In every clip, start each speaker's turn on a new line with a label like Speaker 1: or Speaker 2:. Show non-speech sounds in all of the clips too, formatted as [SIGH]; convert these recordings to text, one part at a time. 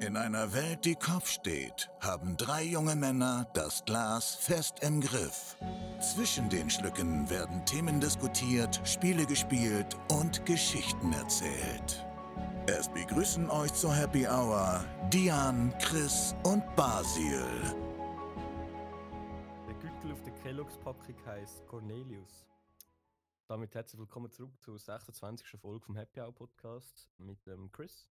Speaker 1: In einer Welt, die Kopf steht, haben drei junge Männer das Glas fest im Griff. Zwischen den Schlücken werden Themen diskutiert, Spiele gespielt und Geschichten erzählt. Es begrüßen euch zur Happy Hour Dian, Chris und Basil.
Speaker 2: Der Gürtel auf der Kelloggs-Packung heißt Cornelius. Damit herzlich willkommen zurück zur 26. Folge vom Happy Hour Podcast mit dem Chris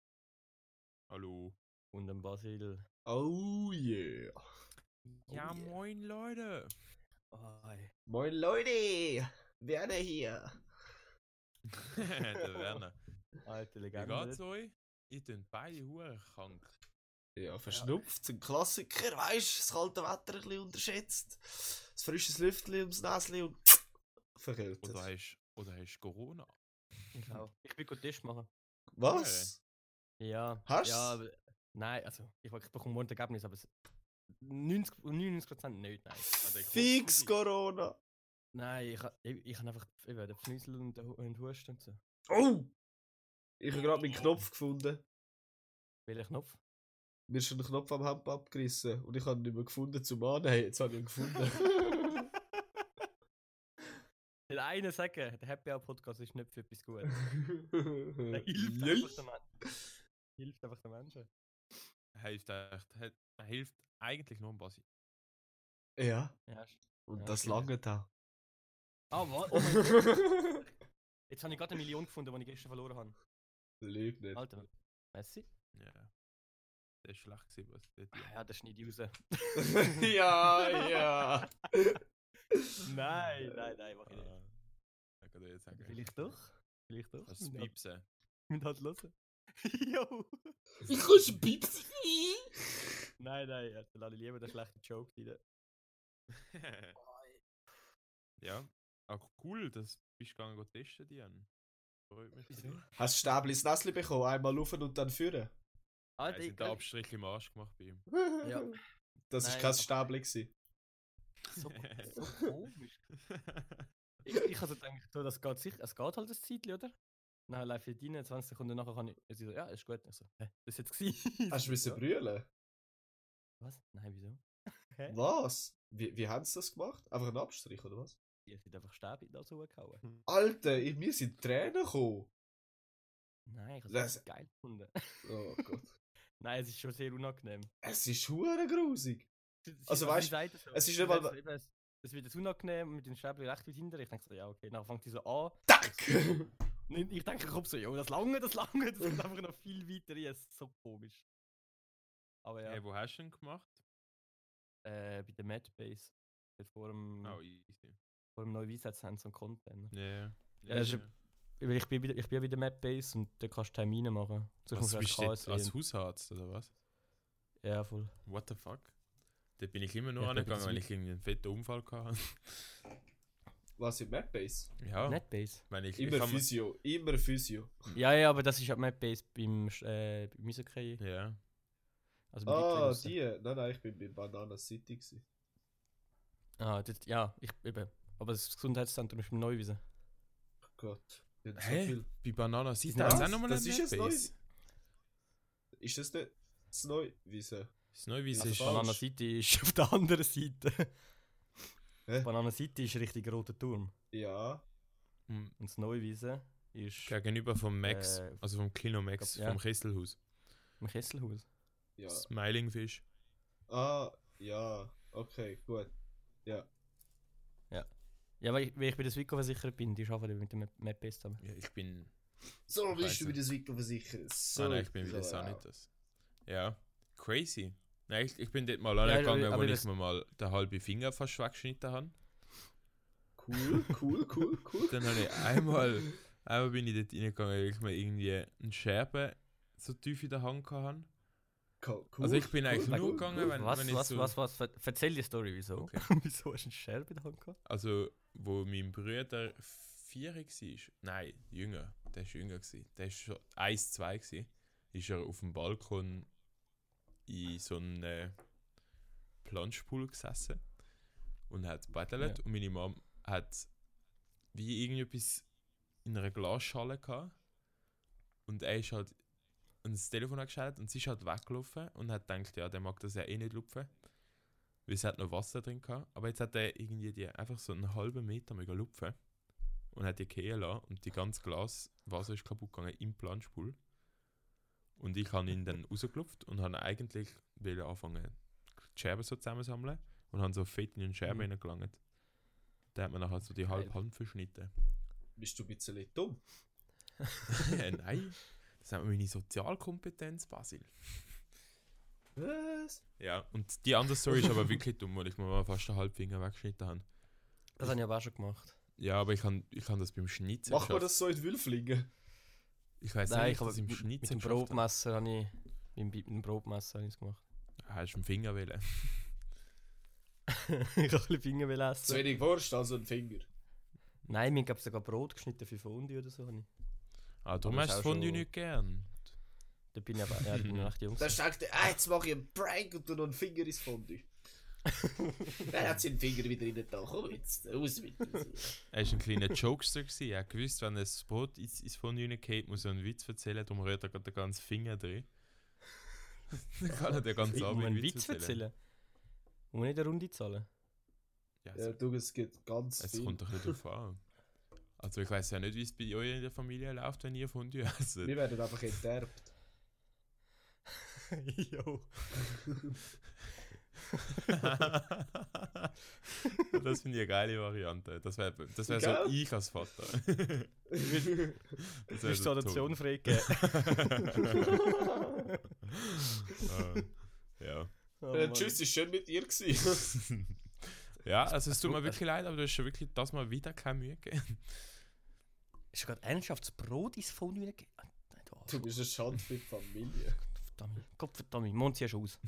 Speaker 3: Hallo.
Speaker 2: und dem Basil.
Speaker 4: Oh yeah.
Speaker 3: Ja, moin Leute.
Speaker 4: Oh Moin Leute! Werner hier.
Speaker 3: [LAUGHS] Der Werner.
Speaker 2: Alte
Speaker 3: Wie
Speaker 2: Legende.
Speaker 3: geht's euch? Ihr seid beide hure krank.
Speaker 4: Ja, verschnupft, ein Klassiker, weißt das kalte Wetter ein bisschen unterschätzt. Das frisches Lüftchen ums Näschen und verkältet.
Speaker 3: Oder hast, oder hast Corona?
Speaker 2: Ich, auch. ich bin gut Tisch machen.
Speaker 4: Was?
Speaker 2: Ja.
Speaker 4: Hast
Speaker 2: Ja,
Speaker 4: du's?
Speaker 2: aber, nein, also ich, ich bekomme morgen das Ergebnis, aber es- 90, 99% nicht, nein. Also,
Speaker 3: der Kopf-
Speaker 4: Fix Corona!
Speaker 2: Nein, ich, ha- ich, ich habe einfach eben, den Pfnüsel und den Hu- und Husten und so.
Speaker 4: Oh! Ich habe gerade meinen Knopf gefunden.
Speaker 2: Welcher Knopf?
Speaker 4: Mir ist schon ein Knopf am Hemd abgerissen und ich habe ihn nicht mehr gefunden zum Annehmen. Jetzt habe ich
Speaker 2: [LAUGHS]
Speaker 4: ihn gefunden. [LAUGHS]
Speaker 2: Den einen sagen, der Happy Hour Podcast ist nicht für etwas gut. Der hilft einfach den
Speaker 4: Jui.
Speaker 2: Menschen. Hilft einfach den Menschen.
Speaker 3: Hilft, echt, hat- hilft eigentlich nur ein Basi.
Speaker 4: ja,
Speaker 2: Ja, ist-
Speaker 4: und
Speaker 2: Ja,
Speaker 4: das
Speaker 2: okay. [LAUGHS]
Speaker 4: lange da.
Speaker 2: Ah, wa- oh [LAUGHS] mein Gott. Jetzt habe ich gerade eine Million gefunden, die ich gestern verloren habe.
Speaker 4: Lüg nicht.
Speaker 2: Alter, Messi?
Speaker 3: Ja. Der ist schlecht gewesen, was der
Speaker 2: Ah, ja, das schneide ich raus.
Speaker 4: [LAUGHS] ja, ja.
Speaker 2: Nein, [LAUGHS] nein, nein, mach ich nicht.
Speaker 3: Ah, ich kann dir jetzt sagen.
Speaker 2: Vielleicht doch. Vielleicht doch. [LAUGHS]
Speaker 3: Kannst du es piepsen?
Speaker 2: Wir halt hören. [LAUGHS] Jo!
Speaker 4: Ich kann Bips.
Speaker 2: Nein, nein, Alter, lade lieber den schlechten Joke rein.
Speaker 3: [LAUGHS] ja. Ach cool, das bist du gegangen testen, Dian. Freut mich. Äh, für dich.
Speaker 4: Hast du Stäbli ins Nessli bekommen? Einmal laufen und dann führen?
Speaker 2: Ah,
Speaker 3: Er hat den Abstrich im Arsch gemacht bei ihm.
Speaker 2: Ja.
Speaker 4: Das
Speaker 2: Nein,
Speaker 4: ist kein
Speaker 2: aber-
Speaker 4: Stäbli. gewesen.
Speaker 2: so, so komisch. Ich, ich habe gedacht, so, das geht sicher, es geht halt das Zeitchen, oder? Nachher läuft ich rein, 20 Sekunden nachher kann ich. Ich so, ja, ist gut. Ich so, hä, das ist jetzt gewesen.
Speaker 4: Hast du
Speaker 2: wieso?
Speaker 4: müssen brüllen?
Speaker 2: Was? Nein, wieso? Hä?
Speaker 4: Was? Wie, wie haben sie das gemacht? Einfach einen Abstrich oder was?
Speaker 2: Ihr seid einfach Stäbe da so gehauen.
Speaker 4: Alter, ich, mir sind Tränen gekommen.
Speaker 2: Nein, ich habe
Speaker 4: Das-
Speaker 2: es geil gefunden. [LAUGHS]
Speaker 4: Oh [LAUGHS] Gott.
Speaker 2: Nein, es ist schon sehr unangenehm.
Speaker 4: es ist hure grusig. Also, weißt- es ist nicht mal-
Speaker 2: mal. Es wird jetzt unangenehm mit dem Stäbchen recht weit hinter. Ich denke so, ja, okay. Nachher fängt die so an.
Speaker 4: Tack! [LAUGHS]
Speaker 2: Und ich denke, ich komme so, ja, das lange, das lange, das kommt einfach noch viel weiter. rein. Es ist so komisch. Aber ja,
Speaker 3: Hey, wo hast du ihn gemacht?
Speaker 2: äh, bei der Mad Base. dort Vor dem,
Speaker 3: Oh, easy.
Speaker 2: vor dem neuen Weisheitshand so ein Content.
Speaker 3: Ja.
Speaker 2: Ja, das ist- Weil Ich bin, wieder, ich bin ja bei der Mad Base und da kannst du Termine machen. So ich
Speaker 3: Was
Speaker 2: muss
Speaker 3: Also bist du
Speaker 2: ja
Speaker 3: jetzt
Speaker 2: KS
Speaker 3: als
Speaker 2: sehen.
Speaker 3: Hausarzt oder was?
Speaker 2: Ja, voll.
Speaker 3: What the fuck? Da bin ich immer nur
Speaker 2: Ja, ich glaub,
Speaker 3: angegangen,
Speaker 2: das
Speaker 3: wenn
Speaker 2: wird-
Speaker 3: ich irgendwie einen fetten Unfall hatte.
Speaker 4: Was im Map Base?
Speaker 3: [LAUGHS] ja,
Speaker 2: Mad Base?
Speaker 3: wenn ich, ich
Speaker 4: Immer
Speaker 3: kann mir-
Speaker 4: Physio, immer Physio.
Speaker 2: Ja, ja, aber das ist ja die Mad Base beim Sch- äh, beim Musical.
Speaker 3: Ja.
Speaker 2: Also beim Wittling
Speaker 4: Ah,
Speaker 2: raus.
Speaker 4: die. Nein, nein, ich bin bei Banana City. Gewesen.
Speaker 2: Ah, dort, ja, ich eben. Aber das Gesundheitszentrum ist im Neuwiesen.
Speaker 4: Oh Gott. Wir haben so
Speaker 3: Hä?
Speaker 4: viel.
Speaker 3: Bei Banana City
Speaker 2: Was?
Speaker 3: hat's auch nochmal
Speaker 4: Das
Speaker 3: einen
Speaker 4: ist jetzt neu.
Speaker 3: Netbase.
Speaker 4: Ist das nicht das Neuwiese?
Speaker 3: Das neue Wiese
Speaker 4: Also
Speaker 3: ist.
Speaker 4: Banana-
Speaker 2: Banana City ist [LAUGHS] auf der anderen Seite.
Speaker 4: Hä?
Speaker 2: Banana City ist richtig roter Turm.
Speaker 4: Ja.
Speaker 3: Hm,
Speaker 2: Und das Neuwiesen ist
Speaker 3: Gegenüber vom Max,
Speaker 2: Äh,
Speaker 3: also vom Kino Max,
Speaker 2: glaub, ja.
Speaker 3: vom Kesselhaus.
Speaker 2: im Kesselhaus.
Speaker 4: Ja.
Speaker 3: Smiling Fish.
Speaker 4: Ah, ja. Okay, gut.
Speaker 2: Ja, weil ich, weil ich bei der Swico versichert bin, die arbeiten mit dem Map-Base zusammen.
Speaker 3: Ja, ich bin.
Speaker 4: So
Speaker 3: Ich
Speaker 4: bist
Speaker 3: weiss
Speaker 4: du
Speaker 3: nicht.
Speaker 4: wieder Swico versichert. So
Speaker 3: ah, nein, ich bin wieder Sanitas. Ja. Crazy. Nein, ich, ich bin dort mal angegangen,
Speaker 2: aber-
Speaker 3: wo
Speaker 2: aber
Speaker 3: ich
Speaker 2: das-
Speaker 3: mir mal den halben Finger fast weggeschnitten habe.
Speaker 4: Cool, cool,
Speaker 3: [LAUGHS]
Speaker 4: cool, cool.
Speaker 3: Dann habe ich einmal, einmal bin ich dort reingegangen, weil ich mir irgendwie eine Scherbe so tief in der Hand hatte.
Speaker 4: cool
Speaker 3: Also ich bin eigentlich
Speaker 4: cool,
Speaker 3: nur
Speaker 4: cool,
Speaker 3: gegangen, wenn,
Speaker 2: was,
Speaker 3: wenn ich
Speaker 2: was,
Speaker 3: so...
Speaker 2: was, was, Ver- Erzähl die Story, wieso?
Speaker 3: Okay.
Speaker 2: [LAUGHS] wieso hast du einen Scherbe in der Hand gehabt?
Speaker 3: Also, wo mein Bruder vier war, nein, jünger, der war jünger, gewesen. der war schon 1, 2 gewesen, ist er auf dem Balkon in so einem äh, Planschpool gesessen und hat gebettelt und meine Mom hat wie irgendetwas in einer Glasschale gehabt und er ist halt und das Telefon angeschaltet und sie ist halt weggelaufen und hat gedacht, ja, der mag das ja eh nicht lupfen. Weil es hat noch Wasser drin gehabt. Aber jetzt hat er irgendwie die einfach so einen halben Meter mega lupfen und hat die gehen lassen und die ganze Glas Wasser ist kaputt gegangen im Planspul. Und ich habe ihn dann rausgelupft und habe eigentlich wollte anfangen, die Scherben so zusammensammeln und habe so fett in den Scherben
Speaker 2: Mhm.
Speaker 3: hineingelangt. Da hat man nachher so die halbe
Speaker 2: Geil.
Speaker 3: Hand verschnitten.
Speaker 4: Bist du ein bisschen dumm?
Speaker 3: [LAUGHS] Äh, Nein, das nennt man meine Sozialkompetenz, Basil.
Speaker 4: Was?
Speaker 3: Ja, und die andere Story ist aber wirklich dumm, weil ich mir mal fast den halben Finger weggeschnitten habe.
Speaker 2: Das habe ich aber auch schon gemacht.
Speaker 3: Ja, aber ich kann, ich kann das beim Schnitzen
Speaker 4: Macht man
Speaker 3: geschafft.
Speaker 4: das so
Speaker 3: [LAUGHS]
Speaker 4: in Wülflingen?
Speaker 3: Ich weiß nicht,
Speaker 2: Nein,
Speaker 3: ob
Speaker 2: ich habe
Speaker 3: das im
Speaker 2: mit,
Speaker 3: Schnitzen
Speaker 2: mit dem
Speaker 3: geschafft habe.
Speaker 2: Brotmesser habe ich. Mit, dem Bi- mit dem Brotmesser habe ich es gemacht.
Speaker 3: Ah, hast du einen Finger wählen.
Speaker 2: ich habe ein Finger will
Speaker 4: Zu
Speaker 2: essen.
Speaker 4: wenig Wurst, also ein Finger.
Speaker 2: Nein, mir gab sogar Brot geschnitten für Fondue oder so. habe ich.
Speaker 3: Ah, darum
Speaker 2: Aber
Speaker 3: hast
Speaker 2: ist
Speaker 3: du
Speaker 2: auch
Speaker 3: Fondue
Speaker 2: schon-
Speaker 3: nicht gern.
Speaker 2: Da bin ich aber. Ja, da bin ich noch echt jung.
Speaker 4: Dann denkt er, ah, jetzt mache ich einen Prank und tu noch einen Finger ins Fondue.
Speaker 3: [LAUGHS]
Speaker 4: Dann hat seinen Finger wieder in den Tag. Komm jetzt, raus
Speaker 3: [LAUGHS]
Speaker 4: mit dem.
Speaker 3: Er war ein kleiner Jokester. Gewesen. Er hat gewusst, wenn ein Brot ins, ins Fondue reingeht, muss er einen Witz erzählen. Darum rührt er gerade den ganzen Finger drin. [LAUGHS] Dann kann er den ganzen
Speaker 2: Muss
Speaker 3: Abend
Speaker 2: man
Speaker 3: einen
Speaker 2: einen
Speaker 3: Witz,
Speaker 2: Witz
Speaker 3: erzählen.
Speaker 2: erzählen? Muss man nicht eine Runde zahlen?
Speaker 3: Ja,
Speaker 4: Ja,
Speaker 3: es,
Speaker 4: du, es gibt ganz
Speaker 3: es
Speaker 4: viel.
Speaker 3: kommt doch ein bisschen drauf an. Also ich weiß ja nicht, wie es bei euch in der Familie läuft, wenn ihr Fondue esst.
Speaker 4: Wir werden einfach enterbt.
Speaker 2: jo.
Speaker 3: [LAUGHS] das finde ich eine geile Variante. Das wäre das wär so
Speaker 4: Gell?
Speaker 3: ich als Vater. [LAUGHS] Das
Speaker 2: Du
Speaker 3: wär
Speaker 2: bist
Speaker 3: so
Speaker 2: zur Adoption
Speaker 3: dumm.
Speaker 2: freigegeben.
Speaker 3: Ah, ja.
Speaker 2: Oh,
Speaker 4: äh,
Speaker 2: Mann.
Speaker 4: tschüss, ist schön mit dir gewesen.
Speaker 3: ja, also es tut mir
Speaker 2: tut-
Speaker 3: wirklich leid, aber du hast schon wirklich das mal wieder keine Mühe gegeben.
Speaker 2: Ist gerade ernsthaft Brot ins Fondue gegeben? Ah, nein, du
Speaker 4: [LAUGHS] du
Speaker 2: Arsch.
Speaker 4: bist ein Schand für die Familie.
Speaker 2: Verdammt. Gottverdammt, Monty hast du aus.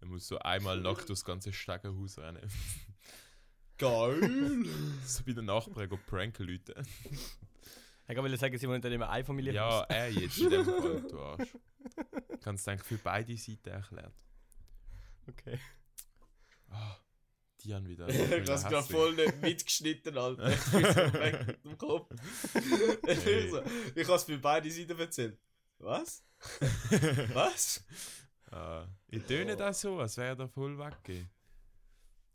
Speaker 3: Er muss so einmal nackt durchs ganze Steigerhaus rennen. [LAUGHS]
Speaker 4: Geil!
Speaker 3: so bei den Nachbarn go Prank Leute.
Speaker 2: Ich wollte sagen, sie wollen dann immer eine Familie
Speaker 3: Ja, er jetzt in dem Fall, du Arsch. Kannst denken, für beide Seiten erklärt.
Speaker 2: Okay.
Speaker 3: Ah, die haben
Speaker 4: [LAUGHS]
Speaker 3: wieder.
Speaker 4: ich hab's gerade voll nicht mitgeschnitten, Alter. Ich bin so weg mit dem Kopf.
Speaker 3: Hey.
Speaker 4: [LAUGHS] so, ich hab's für beide Seiten erzählt. Was? Was?
Speaker 3: Ah, ich töne das so, als wäre er voll weggegangen.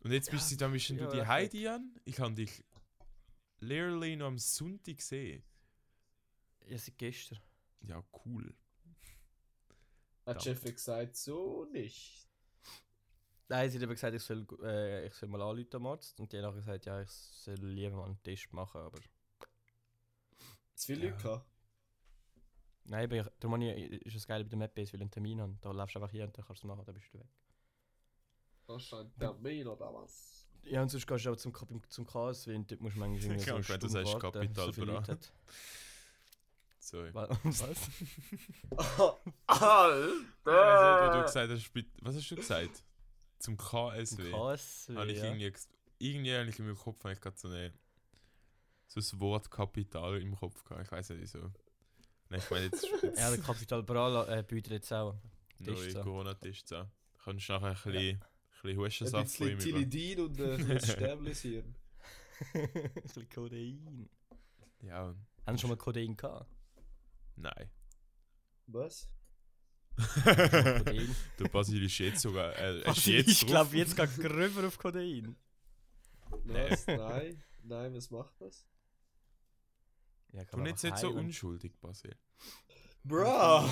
Speaker 3: Und jetzt bist
Speaker 2: Ja,
Speaker 3: du dann bist du
Speaker 2: ja,
Speaker 3: die
Speaker 2: weg.
Speaker 3: Heidi an. Ich habe dich literally noch am Sonntag gesehen.
Speaker 2: Ja, seit gestern.
Speaker 3: Ja, cool.
Speaker 4: Hat Jeffrey gesagt, so nicht.
Speaker 2: Nein, sie hat eben gesagt, ich soll, äh, ich soll mal anrufen am Arzt. Und die hat nachher gesagt, ja, ich soll lieber mal einen Test machen. Aber
Speaker 4: Zu viele
Speaker 3: Ja.
Speaker 4: Leute gehabt.
Speaker 2: nein, aber ich, darum habe ich, ist das Geile bei dem App, ist, weil ich einen Termin habe. Da läufst du einfach hier und dann kannst du es machen, dann bist du weg.
Speaker 4: Anscheinend Termin oder was?
Speaker 2: Ja, und sonst gehst du aber zum, K- beim- zum KSW und dort musst du manchmal irgendwie
Speaker 3: Ich
Speaker 2: so
Speaker 3: hab
Speaker 2: eine
Speaker 3: gemeint, du
Speaker 2: Stunde
Speaker 3: sagst
Speaker 2: warten, bis so viele
Speaker 3: Kapital,
Speaker 2: Leute
Speaker 3: [LAUGHS]
Speaker 2: hat.
Speaker 3: Sorry.
Speaker 2: Wa- Was?
Speaker 3: Ich weiß nicht,
Speaker 4: Also, Alter!
Speaker 3: wo Also, du gesagt hast, spit- was hast du gesagt?
Speaker 2: Zum
Speaker 3: Zum KSW.
Speaker 2: KSW,
Speaker 3: Habe ich
Speaker 2: ja.
Speaker 3: irgendwie, ges- irgendwie habe ich in meinem Kopf eigentlich gerade so, eine, so das Wort Kapital im Kopf gehabt. Ich weiß nicht wieso. Nein, ich
Speaker 2: [LAUGHS]
Speaker 3: meine jetzt, jetzt
Speaker 2: Ja, der Kapital Bra äh, bietet jetzt auch.
Speaker 3: neue
Speaker 2: Tests an.
Speaker 3: Corona-Tests an. Kannst du nachher ein bisschen, ein bisschen
Speaker 4: Ein
Speaker 3: Hustensaft von
Speaker 4: bisschen
Speaker 3: ihm über.
Speaker 4: Tilidin und äh, ein bisschen stabilisieren.
Speaker 2: [LAUGHS] ein bisschen Kodein.
Speaker 3: Ja,
Speaker 2: Haben [LAUGHS] Sie schon mal Kodein gehabt?
Speaker 3: nein.
Speaker 4: Was?
Speaker 2: Kodein.
Speaker 3: [LAUGHS] Der Basil ist jetzt sogar. Äh,
Speaker 2: [LAUGHS]
Speaker 3: er ist
Speaker 2: Also
Speaker 3: jetzt
Speaker 2: ich
Speaker 3: drauf.
Speaker 2: glaube, jetzt geht gröber auf Kodein.
Speaker 4: Was? Nein? Nein, was macht das?
Speaker 2: Ja,
Speaker 3: Du nicht jetzt so
Speaker 2: [LAUGHS]
Speaker 3: unschuldig, Basil.
Speaker 4: Bro!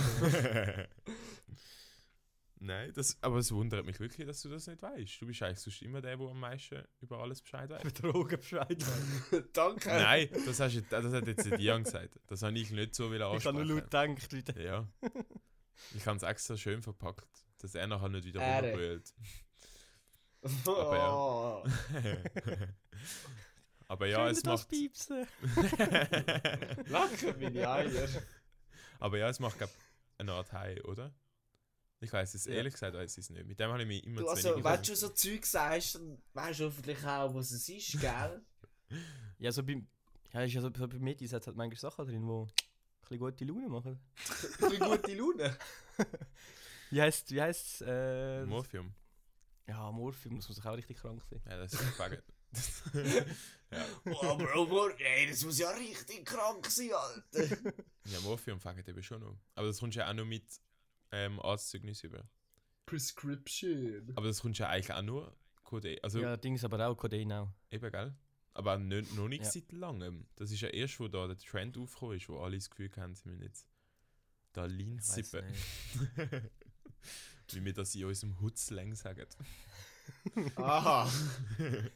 Speaker 3: Nein, das, aber es wundert mich wirklich, dass du das nicht weißt. Du bist eigentlich sonst immer der, der am meisten über alles
Speaker 2: [LAUGHS]
Speaker 3: Bescheid weiß.
Speaker 2: Drogen Bescheid.
Speaker 4: [LAUGHS] Danke!
Speaker 3: Nein, das, hast, du- das hat jetzt nicht Jan gesagt. Das habe ich nicht so will
Speaker 2: Ich habe nur laut
Speaker 3: ansprechen.
Speaker 2: gedacht, Leute.
Speaker 3: Ja. Ich habe es extra schön verpackt, dass er nachher nicht wieder
Speaker 4: Ehre.
Speaker 3: rumbrüllt. aber ja.
Speaker 4: Oh.
Speaker 3: [LAUGHS] aber ja, es macht.
Speaker 2: Piepsen.
Speaker 3: [LAUGHS]
Speaker 4: Danke, meine Eier!
Speaker 3: Aber ja, es macht glaub, eine Art High, oder? Ich weiß es ehrlich gesagt, weiß ich es nicht. Mit dem habe ich mich immer
Speaker 4: Du,
Speaker 3: zu
Speaker 4: also,
Speaker 3: wenig
Speaker 4: wenn du
Speaker 3: befasst.
Speaker 4: so Zeug sagst, dann weißt du hoffentlich auch, was es ist, gell?
Speaker 2: Ja, so beim. Ja, ist ja so, so bei mir, die hat halt manchmal Sachen drin, die ein bisschen gute Laune machen.
Speaker 4: [LAUGHS] Eine gute Laune!
Speaker 2: Wie heißt wie heißt's? Äh,
Speaker 3: Morphium.
Speaker 2: ja, Morphium, das muss auch richtig krank sein.
Speaker 4: [LAUGHS]
Speaker 3: Ja, das ist gefangen. ja.
Speaker 5: Oh, Bro, Bro, ey, das muss ja richtig krank sein, Alter.
Speaker 3: ja, Morphium fängt eben schon um. Aber das kommst du ja auch nur mit ähm, Arztzeugnis über.
Speaker 4: Prescription.
Speaker 3: Aber das kommst du ja eigentlich auch nur Codein. Also
Speaker 2: Ja, Dings aber auch Codein auch.
Speaker 3: eben, gell? Aber nicht, noch nicht
Speaker 2: Ja.
Speaker 3: seit langem. Das ist ja erst, wo da der Trend aufgekommen ist, wo alle das Gefühl haben, sie müssen jetzt da Lean
Speaker 2: weiss
Speaker 3: sippen. [LAUGHS] Wie wir das in unserem Hutzlang sagen.
Speaker 4: [LAUGHS]
Speaker 5: Aha.
Speaker 2: [LAUGHS] wir,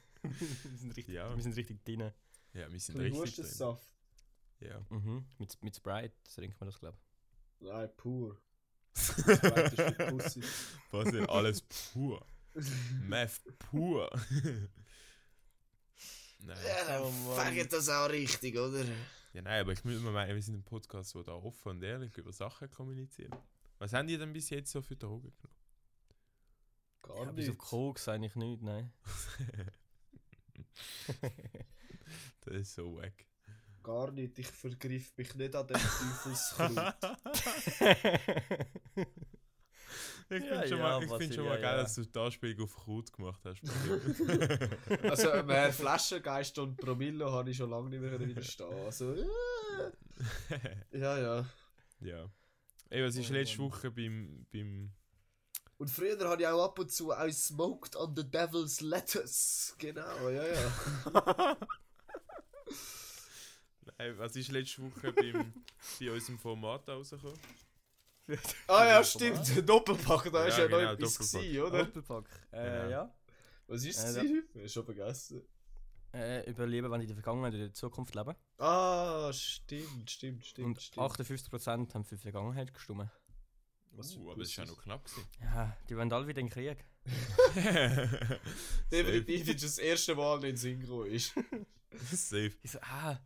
Speaker 2: sind richtig,
Speaker 3: Ja.
Speaker 2: wir sind richtig drin.
Speaker 3: Ja, wir sind
Speaker 4: Du
Speaker 3: richtig
Speaker 4: musst es
Speaker 3: drin.
Speaker 4: Saft.
Speaker 3: Ja.
Speaker 2: Mhm. Mit, mit Sprite trinkt man das, glaube
Speaker 4: Nein, pur. Zweite Stück Pussy.
Speaker 3: Was denn alles pur? Meth pur. [LAUGHS] nein.
Speaker 5: Ja,
Speaker 2: Oh,
Speaker 5: dann
Speaker 2: Mann.
Speaker 5: fängt das auch richtig, oder?
Speaker 3: Ja, nein, aber ich muss immer meinen, wir sind ein Podcast, der da offen und ehrlich über Sachen kommuniziert. Was haben die denn bis jetzt so für Drogen
Speaker 2: ich. Ja,
Speaker 4: Gar
Speaker 2: bis auf
Speaker 4: nicht.
Speaker 2: Koks eigentlich nicht, nein.
Speaker 3: genommen? [LAUGHS] das ist so wack.
Speaker 4: Gar nicht. Ich vergriff mich nicht an den Teufelskraut.
Speaker 3: Ich finde
Speaker 2: Ja,
Speaker 3: schon
Speaker 2: ja,
Speaker 3: mal, ich
Speaker 2: was
Speaker 3: find
Speaker 2: ich-
Speaker 3: schon mal
Speaker 2: ja,
Speaker 3: geil,
Speaker 2: ja.
Speaker 3: dass du die Anspielung auf Kraut gemacht hast.
Speaker 4: [LAUGHS] Also, mehr Flaschengeist und Promille habe ich schon lange nicht mehr widerstehen. Also, äh, ja, ja.
Speaker 3: [LAUGHS] ja. Ey, was ist
Speaker 2: Oh
Speaker 3: letzte
Speaker 2: Mann.
Speaker 3: Woche beim, beim
Speaker 4: Und früher habe ich auch ab und zu I smoked on the devil's lettuce. Genau, ja, ja.
Speaker 3: Nein, was ist letzte Woche
Speaker 2: [LAUGHS]
Speaker 3: beim, bei unserem Format rausgekommen?
Speaker 4: Ah ja, stimmt. [LAUGHS] Doppelpack, da
Speaker 3: Ja,
Speaker 4: ist ja
Speaker 3: genau,
Speaker 4: noch etwas
Speaker 3: Doppelpack.
Speaker 4: gewesen, oder?
Speaker 2: Doppelpack.
Speaker 3: Genau.
Speaker 2: Äh, ja.
Speaker 4: Was ist
Speaker 2: Äh,
Speaker 4: das?
Speaker 2: da-
Speaker 4: gewesen? Ich habe schon vergessen.
Speaker 2: Äh, überleben, wenn die in der Vergangenheit oder in der Zukunft leben.
Speaker 4: Ah, stimmt, stimmt, stimmt,
Speaker 2: Und
Speaker 4: stimmt.
Speaker 2: 58% haben für die Vergangenheit gestimmt.
Speaker 4: Was für
Speaker 3: Uh, aber das ist ja
Speaker 4: Pussys.
Speaker 3: noch knapp gewesen. [LAUGHS]
Speaker 2: Ja, die wollen alle wieder in den Krieg.
Speaker 3: Safe.
Speaker 4: Definitiv ist das erste Mal nicht in Synchro ist.
Speaker 3: Safe.
Speaker 2: Ich so, ah,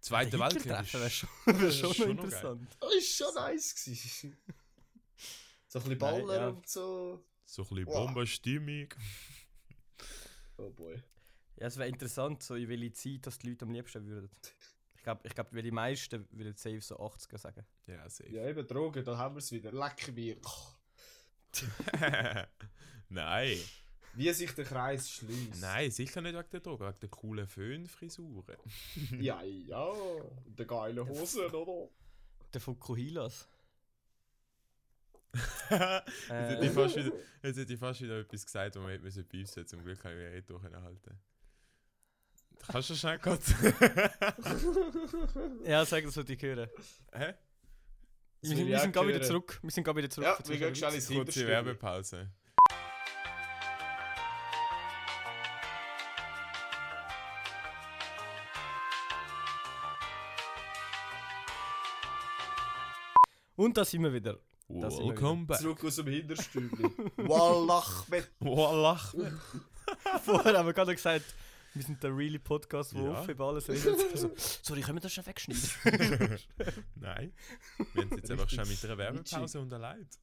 Speaker 3: Zweiter
Speaker 2: Hitler
Speaker 3: Weltkrieg ist
Speaker 2: treffen
Speaker 3: [LAUGHS]
Speaker 2: wäre schon, [LAUGHS]
Speaker 3: Das
Speaker 2: wär
Speaker 3: ist
Speaker 2: schon noch
Speaker 3: schon noch
Speaker 2: interessant.
Speaker 4: Das ist schon nice gewesen. So ein bisschen
Speaker 2: Nein,
Speaker 4: Baller
Speaker 2: ja.
Speaker 4: und so.
Speaker 3: so ein bisschen
Speaker 4: Wow.
Speaker 3: Bombenstimmung.
Speaker 4: Oh boy.
Speaker 2: Ja, es wäre interessant, so in welche Zeit dass die Leute am liebsten würden. Ich glaube, ich glaub, die meisten würden safe so 80er sagen.
Speaker 3: Ja, safe.
Speaker 4: Ja, eben Drogen, da haben wir es wieder. Leck mir.
Speaker 3: [LAUGHS] Nein.
Speaker 4: Wie sich der Kreis schließt.
Speaker 3: Nein, sicher nicht wegen der Drogen, wegen der coolen Föhnfrisuren. [LAUGHS]
Speaker 4: Ja, ja. Und der geile Hosen, oder?
Speaker 2: Der Fukuhilas.
Speaker 3: jetzt, hätte
Speaker 2: Äh,
Speaker 3: ich fast wieder, jetzt hätte ich fast wieder etwas gesagt, wo man hätte müssen beißen. Zum Glück habe ich mich eh durchhalten. Kannst du schnell [LAUGHS] kurz?
Speaker 2: ja, sag das, was ich hören.
Speaker 3: Hä?
Speaker 4: Das
Speaker 2: Wir,
Speaker 4: will
Speaker 2: sind-
Speaker 4: ich
Speaker 2: wir
Speaker 4: auch
Speaker 2: sind gar wieder
Speaker 4: hören.
Speaker 2: zurück. Wir sind gar wieder zurück.
Speaker 4: Ja,
Speaker 2: Verzeih
Speaker 4: wir
Speaker 2: mir
Speaker 4: gehen schnell ins
Speaker 3: Kurze
Speaker 4: Hinterstübli.
Speaker 3: Werbepause.
Speaker 2: Und da sind wir wieder. [LAUGHS] Da sind wir
Speaker 3: Welcome back.
Speaker 4: Zurück aus dem Hinterstübli.
Speaker 5: Wallach mit
Speaker 3: Wallach. [LAUGHS]
Speaker 2: Vorher haben wir gerade gesagt, wir sind der really Podcast, wo
Speaker 3: Ja.
Speaker 2: offen über alles redet. So, sorry, können wir das schon wegschneiden?
Speaker 3: Nein. Wir haben es jetzt einfach schon mit einer Werbepause [LAUGHS] unterlegt.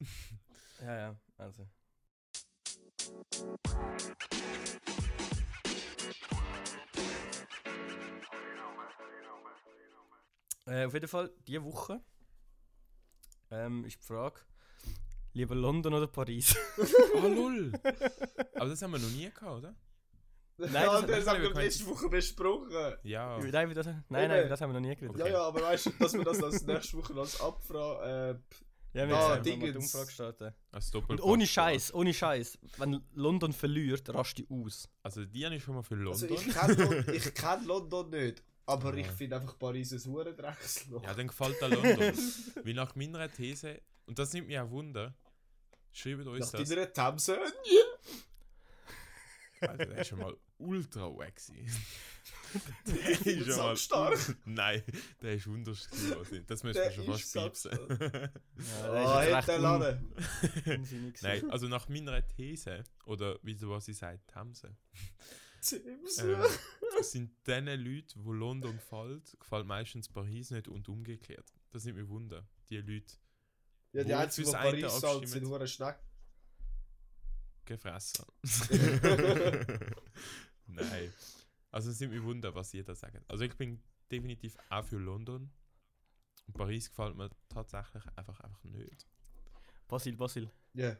Speaker 2: ja, ja, also. Äh, auf jeden Fall, diese Woche ähm, ist die Frage, lieber London oder Paris?
Speaker 3: Oh, lol. Aber das haben wir noch nie gehabt, oder?
Speaker 2: das
Speaker 4: Nein, das,
Speaker 2: hat-
Speaker 4: das
Speaker 3: das
Speaker 4: haben
Speaker 3: haben
Speaker 4: wir
Speaker 3: wir
Speaker 4: letzte Woche besprochen.
Speaker 3: Ja.
Speaker 2: Über das haben wir das, [LAUGHS] nein, nein,
Speaker 4: Eben.
Speaker 2: über das haben wir noch nie geredet.
Speaker 4: Ja, ja, aber weißt du, dass wir das als nächste Woche als Abfrage. Äh,
Speaker 2: Ja, wir haben gesagt,
Speaker 4: Ah,
Speaker 2: wir haben die
Speaker 4: Dingens.
Speaker 2: Umfrage gestartet.
Speaker 3: Als
Speaker 2: Und
Speaker 3: Doppelpack.
Speaker 2: ohne Scheiß, ohne Scheiß, wenn London verliert, raste ich aus.
Speaker 3: Also, die habe ich schon mal für
Speaker 4: also,
Speaker 3: London.
Speaker 4: ich kenne London, ich kenn London nicht, aber ich
Speaker 3: Ja.
Speaker 4: finde einfach Paris ein Hurendrecksloch.
Speaker 3: Ja, dann gefällt der London. [LAUGHS] Weil nach meiner These, und das nimmt mich auch Wunder, schreibt
Speaker 4: Nach
Speaker 3: uns das.
Speaker 4: deiner Themse.
Speaker 3: Alter, der ist schon mal ultra
Speaker 4: [LAUGHS]
Speaker 3: waxy. der
Speaker 4: finde den Samstag.
Speaker 3: ul- [LAUGHS] Nein, der ist wunderschön. Das müssen wir
Speaker 4: Der
Speaker 3: schon
Speaker 4: ist
Speaker 3: fast piepsen. [LAUGHS]
Speaker 4: Ah,
Speaker 2: das ist jetzt
Speaker 4: hätte
Speaker 2: recht
Speaker 4: er
Speaker 2: un- [LAUGHS]
Speaker 4: laden.
Speaker 2: unsinnig gewesen.
Speaker 3: Nein, also nach meiner These, oder wie du was ich sage, Themse,
Speaker 4: Themse.
Speaker 3: äh, sind diesen Leuten, wo London gefällt, gefällt meistens Paris nicht und umgekehrt. Das nimmt mich Wunder. Die Leute
Speaker 4: Ja, die
Speaker 3: wo
Speaker 4: einzigen, die
Speaker 3: fürs eine
Speaker 4: Paris zahlt, sind
Speaker 3: abstimmen.
Speaker 4: nur ein Schneck.
Speaker 2: [LAUGHS]
Speaker 3: gefressen. [LAUGHS] Nein. Also es nimmt mich Wunder, was jeder sagt. Also ich bin definitiv auch für London. Und Paris gefällt mir tatsächlich einfach, einfach nicht.
Speaker 2: Basil, Basil.
Speaker 4: Ja.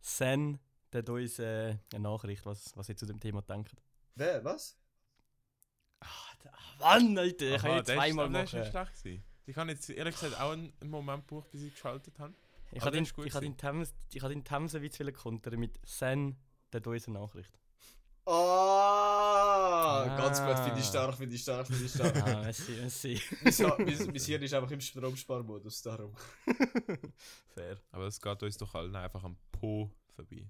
Speaker 2: Sen, der hat uns äh, eine Nachricht, was, was ihr zu dem Thema denkt.
Speaker 4: Wer? Was?
Speaker 2: Ah, der- ah, Mann, Alter, ich kann
Speaker 3: Aha,
Speaker 2: nicht
Speaker 3: der ist-
Speaker 2: zweimal
Speaker 3: aber der ist schon
Speaker 2: machen.
Speaker 3: schlecht gewesen. Ich habe jetzt ehrlich gesagt auch einen einen Moment gebraucht, bis ich geschaltet habe.
Speaker 2: Ich
Speaker 3: aber
Speaker 2: habe
Speaker 3: der
Speaker 2: den,
Speaker 3: ist gut
Speaker 2: ich habe den Thames, ich habe den Thameswitz wollen kontern mit Sen, der Dose Nachricht.
Speaker 4: Ah, ganz gut,
Speaker 2: Ah.
Speaker 4: finde ich stark, finde ich stark, finde ich
Speaker 2: [LAUGHS]
Speaker 4: stark.
Speaker 2: Ah, merci, merci.
Speaker 4: mein, Ja- mein, mein Hirn ist einfach im Stromsparmodus, darum.
Speaker 2: Fair.
Speaker 3: Aber es geht uns doch allen einfach am Po
Speaker 2: [LAUGHS]
Speaker 3: vorbei.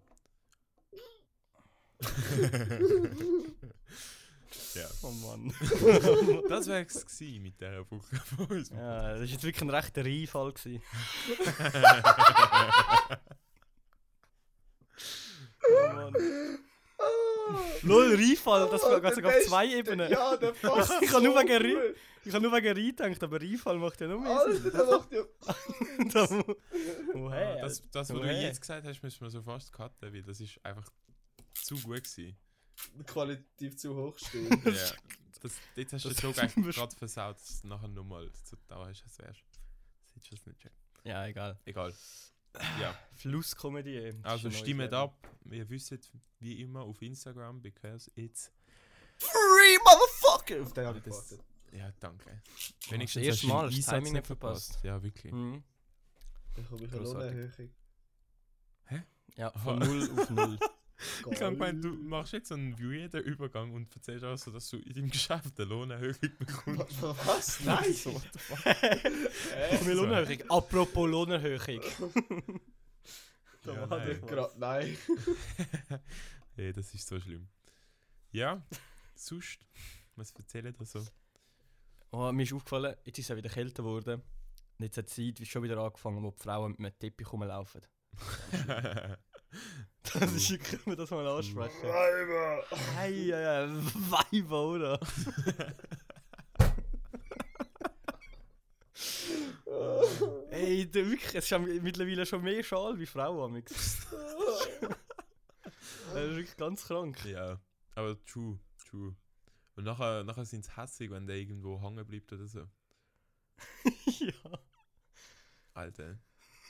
Speaker 3: [LAUGHS] ja.
Speaker 2: Oh Mann.
Speaker 3: Das wäre es gewesen mit dieser Folge von uns.
Speaker 2: Ja, das war jetzt wirklich ein rechter Einfall.
Speaker 3: [LAUGHS]
Speaker 2: Gewesen. oh Mann. Lol, Reifall, das
Speaker 4: Ah,
Speaker 2: geht
Speaker 4: der
Speaker 2: sogar auf
Speaker 4: beste-
Speaker 2: zwei Ebenen.
Speaker 4: Ja, der passt.
Speaker 2: Ich kann nur
Speaker 4: so
Speaker 2: wegen Rie-
Speaker 4: gut.
Speaker 2: Ich habe nur wegen Rhein gedacht, aber Reifall macht ja noch mehr Sinn.
Speaker 4: Alter, der macht ja.
Speaker 2: Da [LAUGHS] mu- Woher?
Speaker 3: Ah, das, das, was du
Speaker 2: Woher?
Speaker 3: jetzt gesagt hast, müssen wir so fast cutten, weil das ist einfach zu
Speaker 2: [LAUGHS]
Speaker 3: gut gewesen.
Speaker 4: qualitativ zu hoch stehen.
Speaker 3: Ja. Das, jetzt hast du
Speaker 2: das
Speaker 3: den
Speaker 2: [LAUGHS]
Speaker 3: Joke
Speaker 2: hat
Speaker 3: eigentlich
Speaker 2: mich-
Speaker 3: gerade versaut, dass du nachher nochmal zu dauern hast, als wärst du. Das ist nicht checken.
Speaker 2: Ja, egal.
Speaker 3: Egal. Ja,
Speaker 2: Flusskomödie. Das
Speaker 3: also
Speaker 2: ist ein neues
Speaker 3: stimmt
Speaker 2: Level.
Speaker 3: ab. Wir wissen wie immer auf Instagram, because it's.
Speaker 5: Free Motherfucker!
Speaker 4: [LAUGHS] Auf den habe ich
Speaker 3: Das-
Speaker 4: gewartet.
Speaker 3: Ja, danke.
Speaker 2: das erste
Speaker 3: den
Speaker 2: Mal hast du das
Speaker 3: Einsatz
Speaker 2: Timing
Speaker 3: nicht
Speaker 2: nicht verpasst.
Speaker 3: Ja, [LAUGHS] wirklich.
Speaker 2: Mhm.
Speaker 4: Dann komme ich eine
Speaker 2: Grossartig.
Speaker 4: Lohnerhöhung.
Speaker 2: Ja,
Speaker 3: Aha.
Speaker 2: von 0 auf 0.
Speaker 3: [LAUGHS] Ich habe gemeint, du machst jetzt so einen weirden Übergang und erzählst auch so, dass du in deinem Geschäft eine Lohnerhöhung bekommst.
Speaker 4: [LAUGHS] Was?
Speaker 2: [LAUGHS]
Speaker 4: Nein!
Speaker 3: So, what the fuck?
Speaker 2: Von mir Lohnerhöhung. Apropos [LAUGHS] Lohnerhöhung. Da
Speaker 3: Ja,
Speaker 2: war
Speaker 3: nein.
Speaker 2: doch was.
Speaker 4: Gerade nein.
Speaker 3: Ey, das ist so schlimm. Ja, sonst, was erzählen da so?
Speaker 2: Oh, mir ist aufgefallen, jetzt ist es ja wieder kälter geworden. Und jetzt hat die Zeit wie schon wieder angefangen, wo die Frauen mit einem Teppich rumlaufen. [LAUGHS] Das ist, können wir das mal ansprechen?
Speaker 4: Weiber!
Speaker 2: Hey, äh, Weiber, oder? Ey, der, wirklich, es ist ja mittlerweile schon mehr Schal wie Frauen am [LAUGHS] Das ist wirklich ganz krank.
Speaker 3: ja, aber true, true. Und nachher, nachher sind sie hässig, wenn der irgendwo hängen bleibt oder so.
Speaker 2: ja.
Speaker 3: Alter,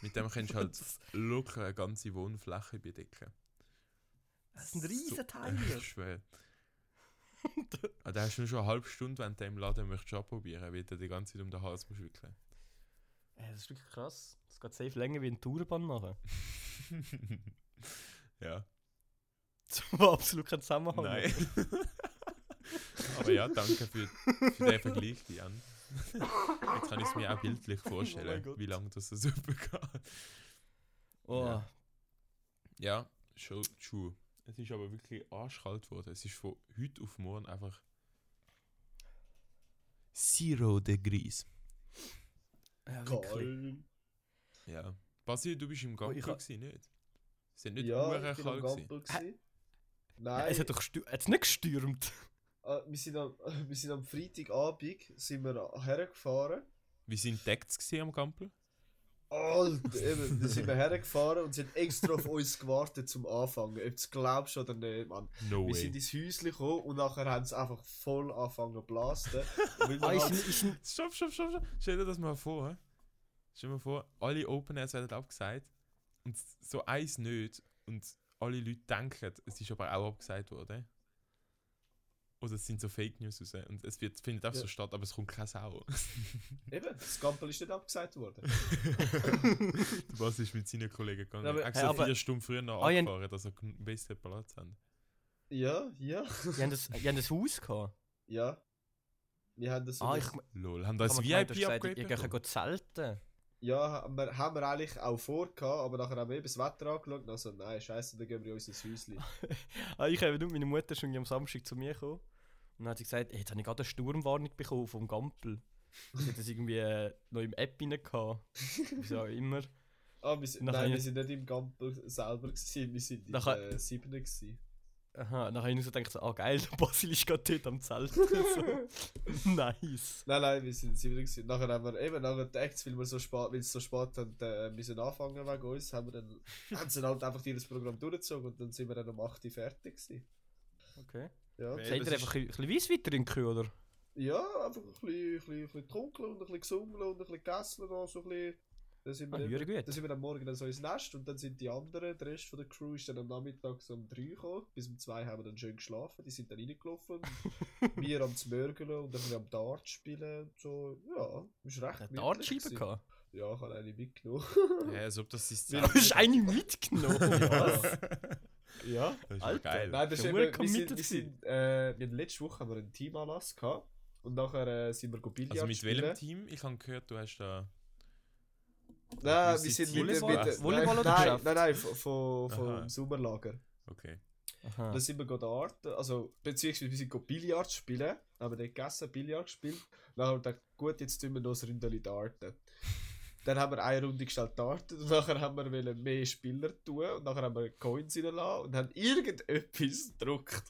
Speaker 3: mit dem kannst du halt locker eine ganze Wohnfläche bedecken.
Speaker 2: Das sind
Speaker 3: So-
Speaker 2: riesen
Speaker 3: Ich schwöre. Aber da hast du schon eine halbe Stunde, wenn du im Laden möchtest abprobieren, weil du die ganze Zeit um den Hals musst wickeln. [LAUGHS]
Speaker 2: Ey, Äh, das ist wirklich krass. Das geht safe länger wie ein Tourbahn
Speaker 3: [LAUGHS]
Speaker 2: machen.
Speaker 3: ja.
Speaker 2: Wo absolut keinen
Speaker 4: [LAUGHS] Oh,
Speaker 2: Zusammenhang
Speaker 3: Nein. [LAUGHS] Aber ja, danke für, für den Vergleich, Jan.
Speaker 4: [LAUGHS]
Speaker 3: Jetzt kann ich es mir auch bildlich
Speaker 4: Oh
Speaker 3: vorstellen,
Speaker 2: Gott.
Speaker 3: wie lange das so super geht.
Speaker 2: Oh,
Speaker 3: Ja. Ja, schon true. Es ist aber wirklich arschkalt geworden. Es ist von heute auf morgen einfach Zero Degrees.
Speaker 2: ja, wirklich.
Speaker 4: Geil.
Speaker 3: Ja. Basil, du bist im Gamper
Speaker 2: ich ha-
Speaker 3: gewesen, nicht? Es sind nicht
Speaker 4: Oh, Ja,
Speaker 3: ja,
Speaker 4: ich bin am
Speaker 3: kalt gewesen.
Speaker 4: Gamper. gewesen.
Speaker 2: Ja,
Speaker 4: Nein,
Speaker 2: es hat doch gestü- hat's nicht
Speaker 3: [LAUGHS]
Speaker 2: gestürmt.
Speaker 4: äh, wir, sind am, [LAUGHS] wir sind am Freitagabend sind wir hergefahren.
Speaker 3: Wie sind Decks gewesen am Gamper?
Speaker 2: Oh.
Speaker 4: Alter, eben, da sind wir hergefahren und sind extra auf uns gewartet zum Anfangen. Ob du es glaubst oder nicht, Mann.
Speaker 3: No
Speaker 4: Wir sind
Speaker 3: way.
Speaker 4: ins Häuschen gekommen und nachher haben sie einfach voll angefangen zu blasten.
Speaker 2: [LAUGHS]
Speaker 4: Weil wir
Speaker 2: Ah, ist,
Speaker 4: halt-
Speaker 2: ist, ist,
Speaker 3: Stopp, stopp, stopp, stopp. Stell dir das mal vor. Stell dir mal vor, alle Open Airs werden abgesagt und so eins nicht und alle Leute denken, es ist aber auch abgesagt worden. Oder es sind so Fake News raus und es wird, findet auch
Speaker 4: Ja.
Speaker 3: so statt, aber es kommt keine Sau.
Speaker 4: Eben, das Gampel ist nicht abgesagt worden.
Speaker 3: Der Bass ist mit seinen Kollegen gegangen.
Speaker 2: Ja, aber-
Speaker 3: Extra
Speaker 2: Hey, aber-
Speaker 3: vier Stunden früher noch
Speaker 2: Ah, ja.
Speaker 3: angefahren, dass er einen besseren Platz hat.
Speaker 4: Ja, ja,
Speaker 2: die, haben das, die haben das Haus gehabt.
Speaker 4: ja. Wir haben das.
Speaker 2: ah, ich
Speaker 3: Lol, haben da ein
Speaker 2: man gemeint, du hast gesagt,
Speaker 3: VIP-Upgrade
Speaker 2: Ihr könnt
Speaker 3: bekommen?
Speaker 2: gehen zelten.
Speaker 4: ja, haben wir, haben wir eigentlich auch vor, gehabt, aber nachher haben wir eben das Wetter angeschaut und dann so, nein, scheiße, dann gehen wir in unser
Speaker 2: [LAUGHS]
Speaker 4: Häuschen.
Speaker 2: Ah, ich habe meine Mutter ist schon am Samstag zu mir gekommen. Und dann hat sie gesagt, «Ey, jetzt habe ich gerade eine Sturmwarnung bekommen vom Gampel. Sie hat das irgendwie äh, noch im App rein gehabt. Wieso auch immer.
Speaker 4: Ah, wir, sind-
Speaker 2: Nachher-
Speaker 4: nein, wir sind nicht im Gampel selber, gewesen, wir sind im
Speaker 2: Nachher-
Speaker 4: äh, Siebenen. Gewesen.
Speaker 2: Aha, dann habe ich nur so gedacht, so, ah geil, der Basil ist gerade dort am Zelten. [LAUGHS]
Speaker 3: [LAUGHS]
Speaker 2: so. nice.
Speaker 4: Nein, nein, wir sind im Siebenen. Gewesen. Nachher haben wir eben nachher die Acts, weil wir so spät, weil es so spät haben, äh, müssen anfangen wegen uns, haben wir dann,
Speaker 2: [LAUGHS]
Speaker 4: haben sie dann halt einfach ihr Programm durchgezogen und dann sind wir dann um 8 Uhr fertig gewesen.
Speaker 2: Okay.
Speaker 4: Ja.
Speaker 3: Ey,
Speaker 2: Seid
Speaker 3: das
Speaker 2: ihr einfach ein bisschen Weisswein trinken, oder?
Speaker 4: Ja, einfach ein bisschen, ein bisschen, ein bisschen getrunken und ein bisschen gesungen und ein bisschen gegessen. und so ein bisschen Dann sind,
Speaker 2: Ah,
Speaker 4: wir immer,
Speaker 2: hure gut.
Speaker 4: dann sind wir am Morgen dann so ins Nest und dann sind die anderen, der Rest von der Crew ist dann am Nachmittag so um 3 gekommen. Bis um 2 haben wir dann schön geschlafen, die sind dann reingelaufen. und wir am Zmörgeln und dann am Dart spielen und so. Ja, ist recht
Speaker 2: Eine
Speaker 4: gemütlich
Speaker 2: Dartscheibe
Speaker 4: gewesen.
Speaker 2: gehabt. Ah,
Speaker 4: Ja, ich habe eine mitgenommen.
Speaker 3: Ja, als ob [LAUGHS]
Speaker 2: [LAUGHS]
Speaker 3: das sein
Speaker 2: Du hast eine mitgenommen. [LAUGHS]
Speaker 4: Was?
Speaker 2: ja.
Speaker 3: Das ist
Speaker 2: Alter.
Speaker 3: geil.
Speaker 4: Nein, das ist
Speaker 2: Ja,
Speaker 4: eben,
Speaker 2: hure
Speaker 4: wir sind,
Speaker 2: committed
Speaker 4: wir sind, äh, wir haben letzte Woche haben wir einen Teamanlass gehabt. Und nachher äh, sind wir go Billard
Speaker 3: Also mit welchem
Speaker 4: spielen.
Speaker 3: Team? Ich habe gehört, du hast da.
Speaker 4: Nein,
Speaker 3: Mit
Speaker 4: wir sind mit,
Speaker 3: Team?
Speaker 4: mit, mit
Speaker 2: Volleyball-
Speaker 4: nein,
Speaker 2: Volleyball oder
Speaker 4: nein,
Speaker 2: Geschäft?
Speaker 4: nein, nein, von, von,
Speaker 3: Aha.
Speaker 4: vom Sommerlager.
Speaker 3: Okay.
Speaker 2: Aha.
Speaker 4: Dann sind wir dort, also beziehungsweise wir sind go Billard spielen, haben dann gegessen, Billard gespielt. Dann haben wir gedacht, gut, jetzt tun wir noch ein Ründchen Darten. Dann haben wir eine Runde gestellt Darten und nachher haben wir wollen mehr Spieler tun und nachher haben wir Coins reingelassen und haben irgendetwas gedruckt.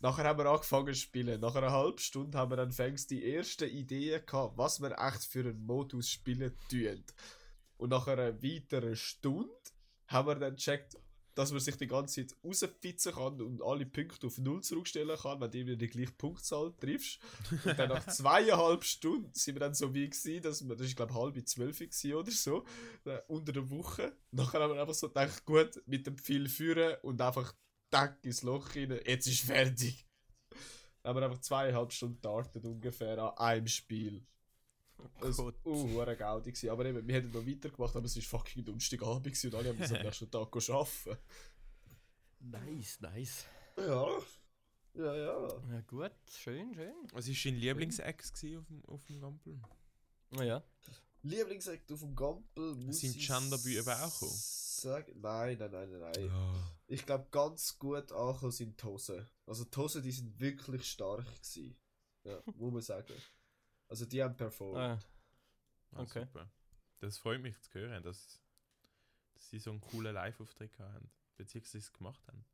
Speaker 4: Nachher haben wir angefangen zu spielen. Nach einer halben Stunde haben wir dann fängst die ersten Ideen gehabt, was wir echt für einen Modus spielen tun. Und nach einer weiteren Stunde haben wir dann gecheckt, dass man sich die ganze Zeit rausfitzen kann und alle Punkte auf Null zurückstellen kann, wenn du immer die gleiche Punktzahl triffst. Und dann nach zweieinhalb Stunden sind wir dann so wie gewesen, dass wir, das ist glaube ich halb zwölf gewesen oder so, äh, unter der Woche. Nachher haben wir einfach so gedacht, gut, mit dem viel führen und einfach Tack ins Loch rein, jetzt ist fertig. Dann haben wir einfach zweieinhalb Stunden getartet ungefähr an einem Spiel. Das war
Speaker 2: Gott.
Speaker 4: uh, eine Gaudi. gewesen. Aber eben, wir hätten noch weitergemacht, aber es war fucking Donnerstagabend gewesen und alle haben am nächsten Tag arbeiten.
Speaker 2: Nice, nice.
Speaker 4: Ja. Ja, ja.
Speaker 2: Ja, gut, schön, schön.
Speaker 3: Was war dein Lieblingsex gewesen auf dem, auf dem Gampel?
Speaker 2: Ah, Ja.
Speaker 4: Lieblingsakt auf dem Gampel. muss
Speaker 3: Sind
Speaker 4: ich
Speaker 3: Genderbü eben auch gekommen?
Speaker 4: Sagen. Nein, nein, nein, nein. nein. Ich glaube, ganz gut angekommen sind die Hosen. Also die Hosen, die sind wirklich stark gewesen.
Speaker 3: [LAUGHS]
Speaker 4: Ja, muss man sagen. Also die haben performt.
Speaker 2: Ah,
Speaker 3: Ah,
Speaker 2: Okay.
Speaker 3: Super. Das freut mich zu hören, dass, dass sie so einen coolen Live-Auftritt gehabt haben. Beziehungsweise es gemacht haben.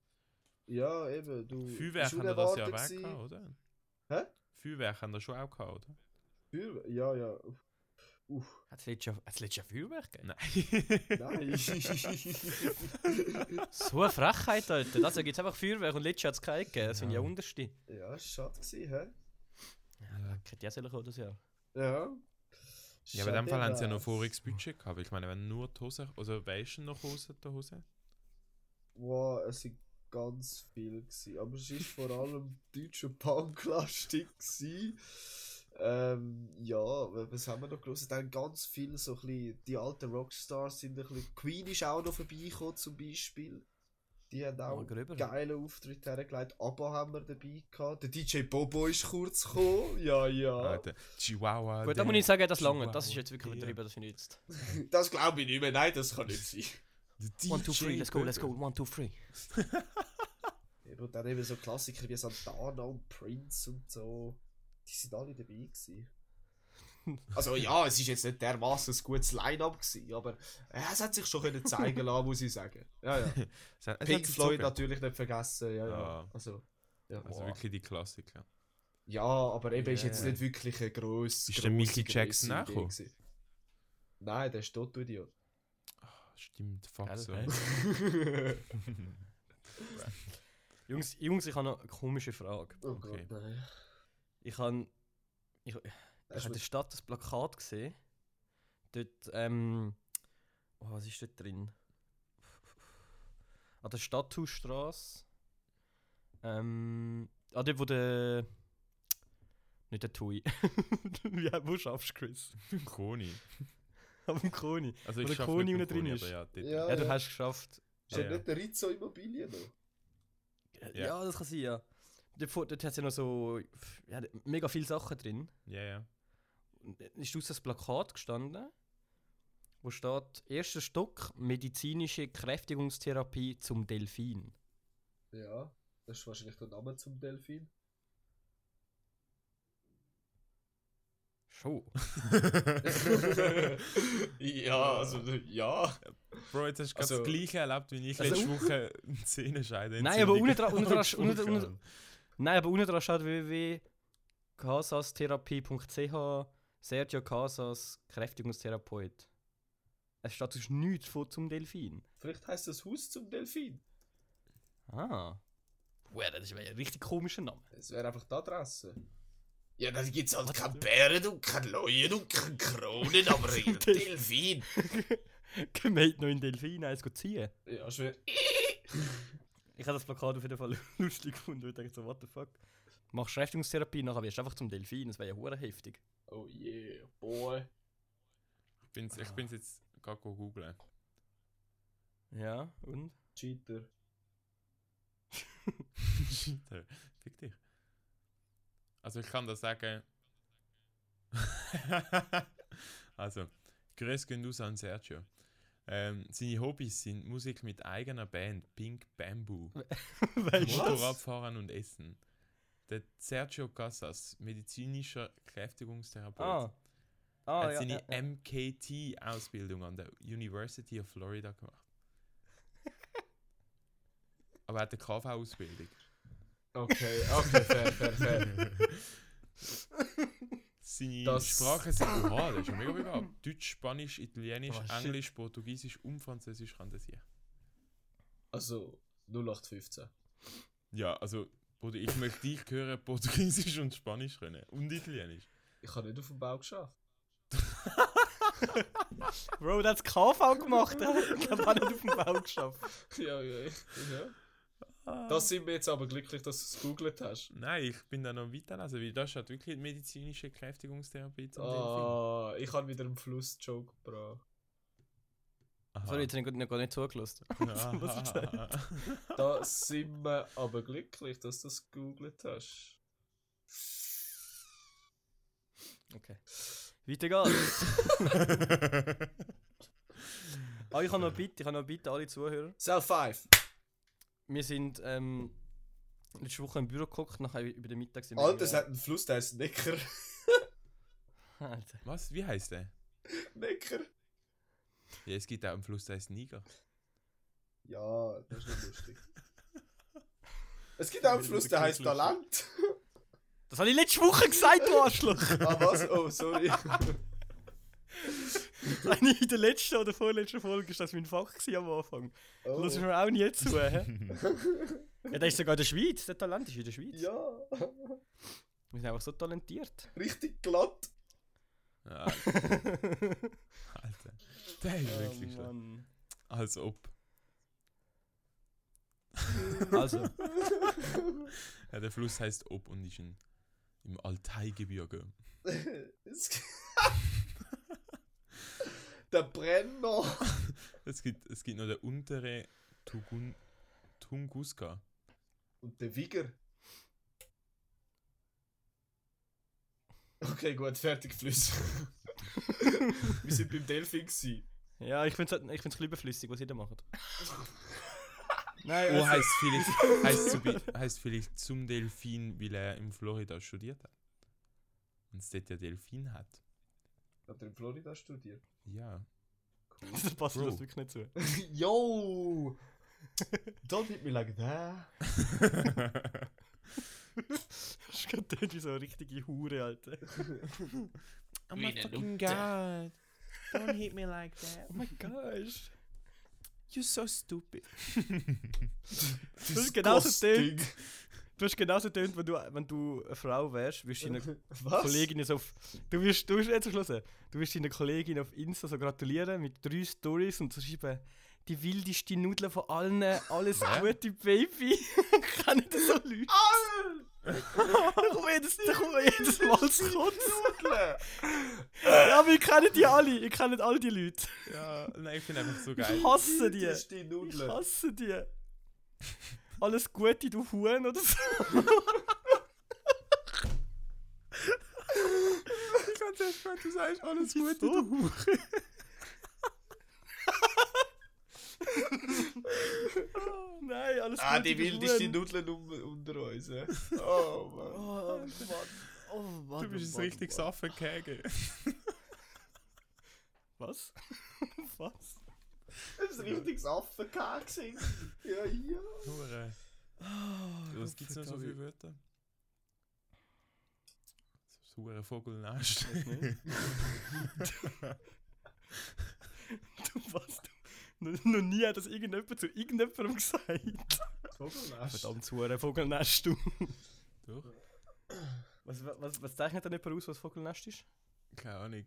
Speaker 4: Ja, eben, du.
Speaker 2: Hm.
Speaker 3: Feuerwerk
Speaker 4: ist
Speaker 3: haben wir das ja
Speaker 4: unerwartet
Speaker 3: weg
Speaker 4: gewesen.
Speaker 3: gehabt, oder?
Speaker 4: Hä?
Speaker 3: Feuerwerk haben wir schon auch gehabt, oder?
Speaker 4: Feuerwerk- Ja, ja. Uff,
Speaker 2: hat es letztes Jahr- hat's letztes Jahr Feuerwerk gegeben? [LAUGHS]
Speaker 3: Nein.
Speaker 4: nein. [LAUGHS]
Speaker 2: So eine Frechheit, Alter. Das gibt es einfach Feuerwerk und letztes Jahr hat es keinen gegeben. Das sind ja
Speaker 3: Ja.
Speaker 2: unterste.
Speaker 4: ja, schade gewesen, hä?
Speaker 3: ja.
Speaker 2: Ich hätte ja selber kommen das Jahr.
Speaker 4: Ja.
Speaker 3: Ja, aber in dem Fall haben sie ja noch
Speaker 4: vor
Speaker 3: voriges Budget gehabt. weil Ich meine, wenn nur die Hose, also weißt du noch Hose, die Hose?
Speaker 4: Wow, es sind ganz viel gewesen. Aber es ist vor allem deutscher Punklastik gewesen. Ähm, ja, wa- was haben wir noch gelesen? Dann ganz viel so ein bisschen, die alten Rockstars sind ein bisschen, Queen ist auch noch vorbeigekommen zum Beispiel. Die haben auch
Speaker 2: Mal gröber.
Speaker 4: einen geilen Auftritt hergelegt. ABBA haben wir dabei gehabt. Der DJ Bobo ist kurz gekommen. Ja, ja.
Speaker 3: Alter, Ah, Chihuahua.
Speaker 2: Gut, da
Speaker 3: der-
Speaker 2: muss ich sagen, das
Speaker 3: Chihuahua,
Speaker 2: lange. Das Ah, ist jetzt wirklich
Speaker 3: der-
Speaker 2: übertrieben, das finde ich jetzt.
Speaker 4: Das glaube ich nicht mehr. Nein, das kann nicht sein.
Speaker 3: der
Speaker 2: One, two, three,
Speaker 3: DJ
Speaker 2: let's go, let's go.
Speaker 3: Böbe.
Speaker 2: One, two, three.
Speaker 4: Eben, Und dann eben so Klassiker wie Santana und Prince und so. Die sind alle dabei
Speaker 3: [LAUGHS]
Speaker 4: gewesen. Also ja, es ist jetzt nicht dermaßen ein gutes Line-Up gewesen, aber äh, es hat sich schon können zeigen lassen, muss ich sagen. Ja, ja.
Speaker 3: [LAUGHS] Es Also, hat- es hat
Speaker 4: Pink
Speaker 3: sich
Speaker 4: Floyd
Speaker 3: gezogen.
Speaker 4: natürlich nicht vergessen, ja, ja.
Speaker 3: Ah.
Speaker 4: Also, ja.
Speaker 3: Also
Speaker 4: Boah.
Speaker 3: wirklich die Klassiker.
Speaker 4: ja, aber eben ist
Speaker 3: Ja,
Speaker 4: jetzt
Speaker 3: ja.
Speaker 4: nicht wirklich ein grosses.
Speaker 3: Ist der Mickey Jackson auch gekommen?
Speaker 4: Nein, der ist
Speaker 3: [LAUGHS]
Speaker 4: tot, Idiot.
Speaker 3: Ah, Stimmt, fuck
Speaker 2: Gell,
Speaker 3: so.
Speaker 2: hä?
Speaker 3: [LAUGHS]
Speaker 2: Jungs, Jungs, ich habe noch eine komische Frage.
Speaker 4: Oh
Speaker 3: Okay.
Speaker 4: Gott, nein.
Speaker 2: Ich habe ich, ich
Speaker 4: Hast
Speaker 2: habe
Speaker 4: du-
Speaker 2: in der Stadt das Plakat gesehen. Dort, ähm. Oh, was ist dort drin? An der Stadthausstraße. Ähm. Ah, dort, wo der. Nicht der Tui. [LAUGHS] Wie, wo schaffst du Chris?
Speaker 3: Koni.
Speaker 2: Am Koni.
Speaker 3: Also
Speaker 2: Wo
Speaker 3: ich
Speaker 2: der
Speaker 3: schaff
Speaker 2: Koni
Speaker 3: nicht mit
Speaker 2: unten drin
Speaker 3: Koni,
Speaker 2: ist.
Speaker 3: aber Ja, dort-
Speaker 4: Ja,
Speaker 2: Ja, du
Speaker 4: ja.
Speaker 2: hast es geschafft.
Speaker 4: Ist ja
Speaker 3: Ah, Ja, ja.
Speaker 4: nicht der Rizzo Immobilien noch?
Speaker 2: Ja,
Speaker 3: Ja.
Speaker 2: das kann sein, ja. Dort, vor- dort hat es ja noch so. Ja, mega viele Sachen drin.
Speaker 3: ja, ja.
Speaker 2: Und dann ist aus das Plakat gestanden, wo steht: Erster Stock, medizinische Kräftigungstherapie zum Delfin.
Speaker 4: Ja, das ist wahrscheinlich der Name zum Delfin.
Speaker 2: Schon. [LAUGHS]
Speaker 5: [LAUGHS]
Speaker 4: ja, also ja.
Speaker 3: Bro, jetzt hast du
Speaker 4: Also-
Speaker 3: gerade das gleiche erlebt, wie ich
Speaker 2: Also-
Speaker 3: letzte Woche einen Zähnescheide
Speaker 2: Nein, aber
Speaker 3: Entzündung
Speaker 2: unten dran- unten dran- unten dran-
Speaker 3: hatte.
Speaker 2: Nein, aber unten dran steht www.casastherapie.ch Sergio Casas, Kräftigungstherapeut. Es steht sonst nichts von zum Delfin.
Speaker 4: Vielleicht heißt das Haus zum Delfin.
Speaker 2: Ah. Wow, das wäre ein richtig komischer Name. [LAUGHS]
Speaker 4: Es wäre einfach die Adresse.
Speaker 5: Ja, dann gibt's halt keine Bären und keine Leuen und keine Kronen,
Speaker 4: [LAUGHS]
Speaker 5: aber einen Delfin.
Speaker 2: Gemeint noch in Delfin eins zu ziehen.
Speaker 4: Ja, schwer.
Speaker 2: Ich habe das Plakat auf jeden Fall [LAUGHS] lustig gefunden und dachte so, what the fuck. Machst Rechtungstherapie, nachher wirst du einfach zum Delfin, das wäre ja hure heftig.
Speaker 4: Oh yeah, boy.
Speaker 3: Ich bin's, ich bin's jetzt gerade go
Speaker 2: [LAUGHS]
Speaker 3: googlen.
Speaker 2: Ja, [LAUGHS] und?
Speaker 4: Cheater.
Speaker 3: Scheiter. Fick dich. Also ich kann da sagen. [LAUGHS] also, Grüß gehen aus an Sergio. Ähm, seine Hobbys sind Musik mit eigener Band, Pink Bamboo,
Speaker 2: weißt du?
Speaker 3: Motorradfahren und Essen. Der Sergio Casas, medizinischer Kräftigungstherapeut,
Speaker 2: Ah. Ah,
Speaker 3: hat
Speaker 2: ja,
Speaker 3: seine
Speaker 2: ja, ja.
Speaker 3: MKT-Ausbildung an der University of Florida gemacht. Aber er hat eine KV-Ausbildung.
Speaker 4: Okay, okay, fair, fair, fair.
Speaker 3: Seine
Speaker 4: Das-
Speaker 3: Sprachen sind oha, das ist ja mega begabt. Deutsch, Spanisch, Italienisch,
Speaker 2: Oh, shit.
Speaker 3: Englisch, Portugiesisch und Französisch kann das hier.
Speaker 4: Also, 0815.
Speaker 3: Ja, also, Bruder, ich möchte dich hören, Portugiesisch und Spanisch können. Und Italienisch.
Speaker 4: Ich habe nicht auf dem Bau geschafft.
Speaker 2: [LAUGHS] Bro, der hat's KV [LAUGHS] gemacht, Alter. ich habe auch nicht auf [LAUGHS] dem Bau geschafft.
Speaker 4: ja, ja, ja.
Speaker 2: Ah.
Speaker 4: Das sind wir jetzt aber glücklich, dass du es gegoogelt hast.
Speaker 3: Nein, ich bin da noch weiterlesen, weil das hat wirklich die medizinische Kräftigungstherapie zum Delfin.
Speaker 4: Ah, ich habe wieder einen Fluss-Joke gebracht.
Speaker 3: Aha.
Speaker 2: Sorry, jetzt habe ich noch gar nicht zugelassen. was
Speaker 3: [LAUGHS]
Speaker 2: ich gesagt
Speaker 3: Aha.
Speaker 4: Da sind wir aber glücklich, dass du es gegoogelt hast.
Speaker 2: Okay. Weiter [LAUGHS] geht's. ah, ich habe noch eine Bitte, ich habe noch eine Bitte an alle Zuhörer.
Speaker 4: Cell 5.
Speaker 2: Wir sind ähm, letzte Woche im Büro geguckt, nachher über den Mittag sind wir
Speaker 4: Alter, es
Speaker 2: irgendwie-
Speaker 4: hat einen Fluss, der heißt Neckar.
Speaker 2: [LAUGHS]
Speaker 4: [LAUGHS]
Speaker 2: Alter.
Speaker 3: Was? Wie heißt der?
Speaker 4: Neckar.
Speaker 3: Ja, es gibt auch einen Fluss, der heißt Niger.
Speaker 4: Ja, das ist nicht lustig. [LAUGHS] Es gibt auch einen Fluss, der heißt Talent.
Speaker 2: Das habe ich letzte Woche gesagt, du [LAUGHS] Arschloch!
Speaker 4: Ah, was? Oh, sorry.
Speaker 2: Wenn ich in der letzten oder vorletzten Folge ist das mein Fach gewesen am Anfang.
Speaker 4: [LAUGHS] Oh.
Speaker 2: Lass mir auch nie zu, hä?
Speaker 4: [LAUGHS]
Speaker 2: ja, der ist sogar in der Schweiz, der Talent ist in der Schweiz.
Speaker 4: Ja,
Speaker 2: Wir sind einfach so
Speaker 4: [LAUGHS]
Speaker 2: talentiert.
Speaker 4: richtig glatt.
Speaker 3: Ah, Alter. Der ist wirklich schlecht.
Speaker 2: Oh, Mann.
Speaker 3: Als ob.
Speaker 2: Also,
Speaker 3: Ja, der Fluss heißt Ob und ist in, im Altaigebirge.
Speaker 4: Es [LAUGHS] gibt- der Brenner.
Speaker 3: Es gibt, es gibt noch der untere Tugun, Tunguska.
Speaker 4: Und der Wigger. Okay, gut,
Speaker 2: [LAUGHS]
Speaker 4: fertig, Fluss. Wir sind beim Delfin gewesen.
Speaker 2: ja, ich finde es ich find's ein bisschen überflüssig, was ihr da macht. Nein,
Speaker 3: Oh,
Speaker 2: also,
Speaker 3: heißt vielleicht, heißt, zu, heißt vielleicht zum Delfin, weil er in Florida studiert hat. Und es dort ja Delfin hat.
Speaker 4: Hat er in Florida studiert?
Speaker 2: [LAUGHS]
Speaker 3: Ja.
Speaker 2: das passt
Speaker 3: Bro.
Speaker 2: das wirklich nicht zu.
Speaker 4: Yo! Don't hit me like that.
Speaker 2: Das ist gerade dort wie so eine richtige Hure, Alter.
Speaker 3: Oh my fucking god. Don't hit me like that.
Speaker 2: Oh mein Gott.
Speaker 3: You're so stupid.
Speaker 4: Das
Speaker 2: ist genau so Ding. Du hast genauso getönt, wenn du, wenn du eine Frau wärst, wirst du deiner
Speaker 4: Was?
Speaker 2: Kollegin so auf. Du wirst, du wirst jetzt schlussen. Du wirst deiner Kollegin auf Insta so gratulieren mit drei Stories und so schreiben, die wildeste Nudeln von allen, alles
Speaker 3: Hä?
Speaker 2: gute Baby. [LAUGHS] Kennen das so Leute? da kommt jedes, da kommt [LAUGHS] jedes Mal das Kotzen. Ja, aber ich kenne die alle. Ich kenne alle die Leute.
Speaker 3: Ja, nein, ich finde einfach so geil.
Speaker 2: Ich hasse die.
Speaker 4: Das ist die
Speaker 2: Ich
Speaker 4: Nudeln.
Speaker 2: hasse die. Alles Gute, du Huhn oder so.
Speaker 3: Ich kann selbst wenn du sagst, alles
Speaker 2: Gute, du Hure. oh, [LAUGHS] nein, alles
Speaker 4: Ah,
Speaker 2: Gute,
Speaker 4: die
Speaker 2: du
Speaker 4: wildeste
Speaker 2: Huren.
Speaker 4: Nudeln um, unter
Speaker 2: [LAUGHS]
Speaker 4: uns. eh. Oh Mann.
Speaker 2: Oh, Mann. Oh, Mann.
Speaker 3: Du bist
Speaker 2: oh,
Speaker 3: ein
Speaker 2: Mann,
Speaker 3: richtig
Speaker 2: Mann.
Speaker 3: saffen Käge.
Speaker 2: Was? [LAUGHS] Was?
Speaker 4: Das ist ein richtiges Affenkack. gewesen. Ja, ja.
Speaker 3: Hure. Was gibt's noch so viele Wörter? Das hure Vogelnest. [LAUGHS]
Speaker 2: Du was? Du, noch, noch nie hat das irgendjemand zu irgendjemandem gesagt.
Speaker 4: Vogelnest.
Speaker 2: Verdammt, Huren, Vogelnest, du.
Speaker 3: Doch.
Speaker 2: Was, was, was zeichnet denn jemand aus, was Vogelnest ist?
Speaker 3: Keine Ahnung.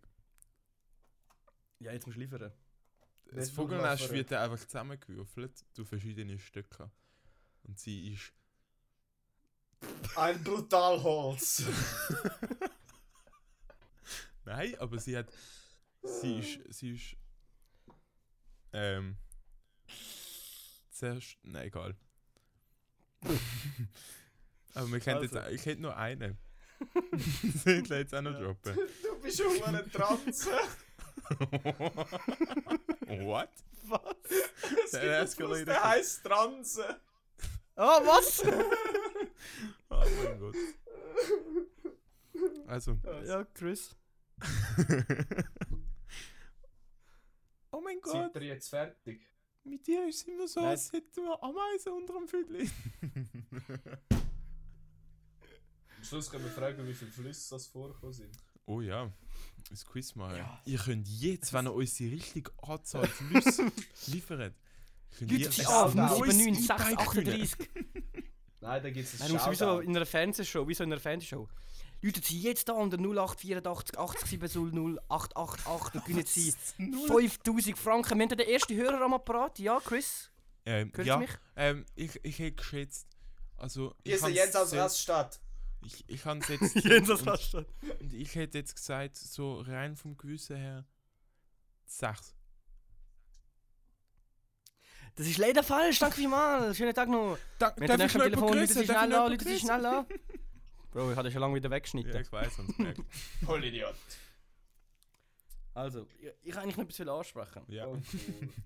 Speaker 2: Ja, jetzt musst du liefern.
Speaker 3: Das
Speaker 4: Nicht
Speaker 3: Vogelnest
Speaker 4: durchlaufen.
Speaker 3: wird dann einfach zusammengewürfelt zu verschiedenen Stücken. Und sie ist.
Speaker 4: Ein Brutalholz.
Speaker 3: Nein, aber sie hat.
Speaker 2: Ah.
Speaker 3: Sie ist. Sie ist. Ähm. Zuerst.
Speaker 2: [LAUGHS]
Speaker 3: Nein, egal. aber wir kennen
Speaker 2: Also.
Speaker 3: jetzt. Ich hätte nur [LAUGHS] einen. ich hätte jetzt auch
Speaker 2: [LAUGHS]
Speaker 3: noch droppen.
Speaker 4: du bist schon mal ein Transe.
Speaker 3: What?
Speaker 2: Was?
Speaker 4: Es
Speaker 3: Der
Speaker 4: gibt einen
Speaker 3: Escalator.
Speaker 4: Fluss, der heisst Transe.
Speaker 2: Ah, was?
Speaker 3: Oh mein Gott. Also.
Speaker 2: [LAUGHS] ja, Chris.
Speaker 3: oh mein
Speaker 4: Seid ihr jetzt fertig?
Speaker 3: mit dir ist immer so,
Speaker 2: Nein.
Speaker 3: als hätten wir Ameisen unterm Füdli.
Speaker 4: Am Schluss können wir fragen, wie viele Flüsse das vorgekommen sind.
Speaker 3: Oh ja, das Quiz machen.
Speaker 2: Ja.
Speaker 3: Ihr könnt jetzt, wenn ihr uns die richtige Anzahl
Speaker 2: [LAUGHS]
Speaker 3: Flüsse liefert, könnt ihr
Speaker 2: Leute,
Speaker 3: ein
Speaker 2: auf!
Speaker 3: neues
Speaker 2: 7, 9, 6,
Speaker 3: E-Bike gewinnen.
Speaker 2: 38.
Speaker 4: Nein, da gibt es
Speaker 2: Nein,
Speaker 4: einen
Speaker 2: muss wieso
Speaker 4: Shoutout.
Speaker 2: in einer Fernsehshow? Wieso in einer Fernsehshow? Leute, sie jetzt da unter 0884 80 700 888 und gewinnen sie 5000 Franken. Wir haben den ersten Hörer am Apparat. Ja,
Speaker 3: [LAUGHS]
Speaker 2: Chris?
Speaker 3: Ähm,
Speaker 2: Hört
Speaker 3: ja,
Speaker 2: mich?
Speaker 3: ähm, ich, ich hätte geschätzt, also ich
Speaker 4: Hier ist der
Speaker 3: habe
Speaker 4: Jens aus
Speaker 3: jetzt,
Speaker 4: Raststadt.
Speaker 3: ich, ich hab's
Speaker 2: [LAUGHS]
Speaker 3: jetzt und,
Speaker 2: Rastatt.
Speaker 3: und ich hätte jetzt gesagt, so rein vom Gewissen her, sechs.
Speaker 2: Das ist leider falsch. Danke vielmals. Schönen Tag noch. Wir haben am Telefon. Leute, sie schnell an. Leute, sie schnell an. Bro, ich hatte schon lange wieder weggeschnitten.
Speaker 3: Ja, ich weiß, sonst merkt.
Speaker 4: Vollidiot.
Speaker 2: Also, ich, ich wollte eigentlich noch etwas ansprechen.
Speaker 3: Ja.
Speaker 2: [LAUGHS]
Speaker 4: Oh, cool.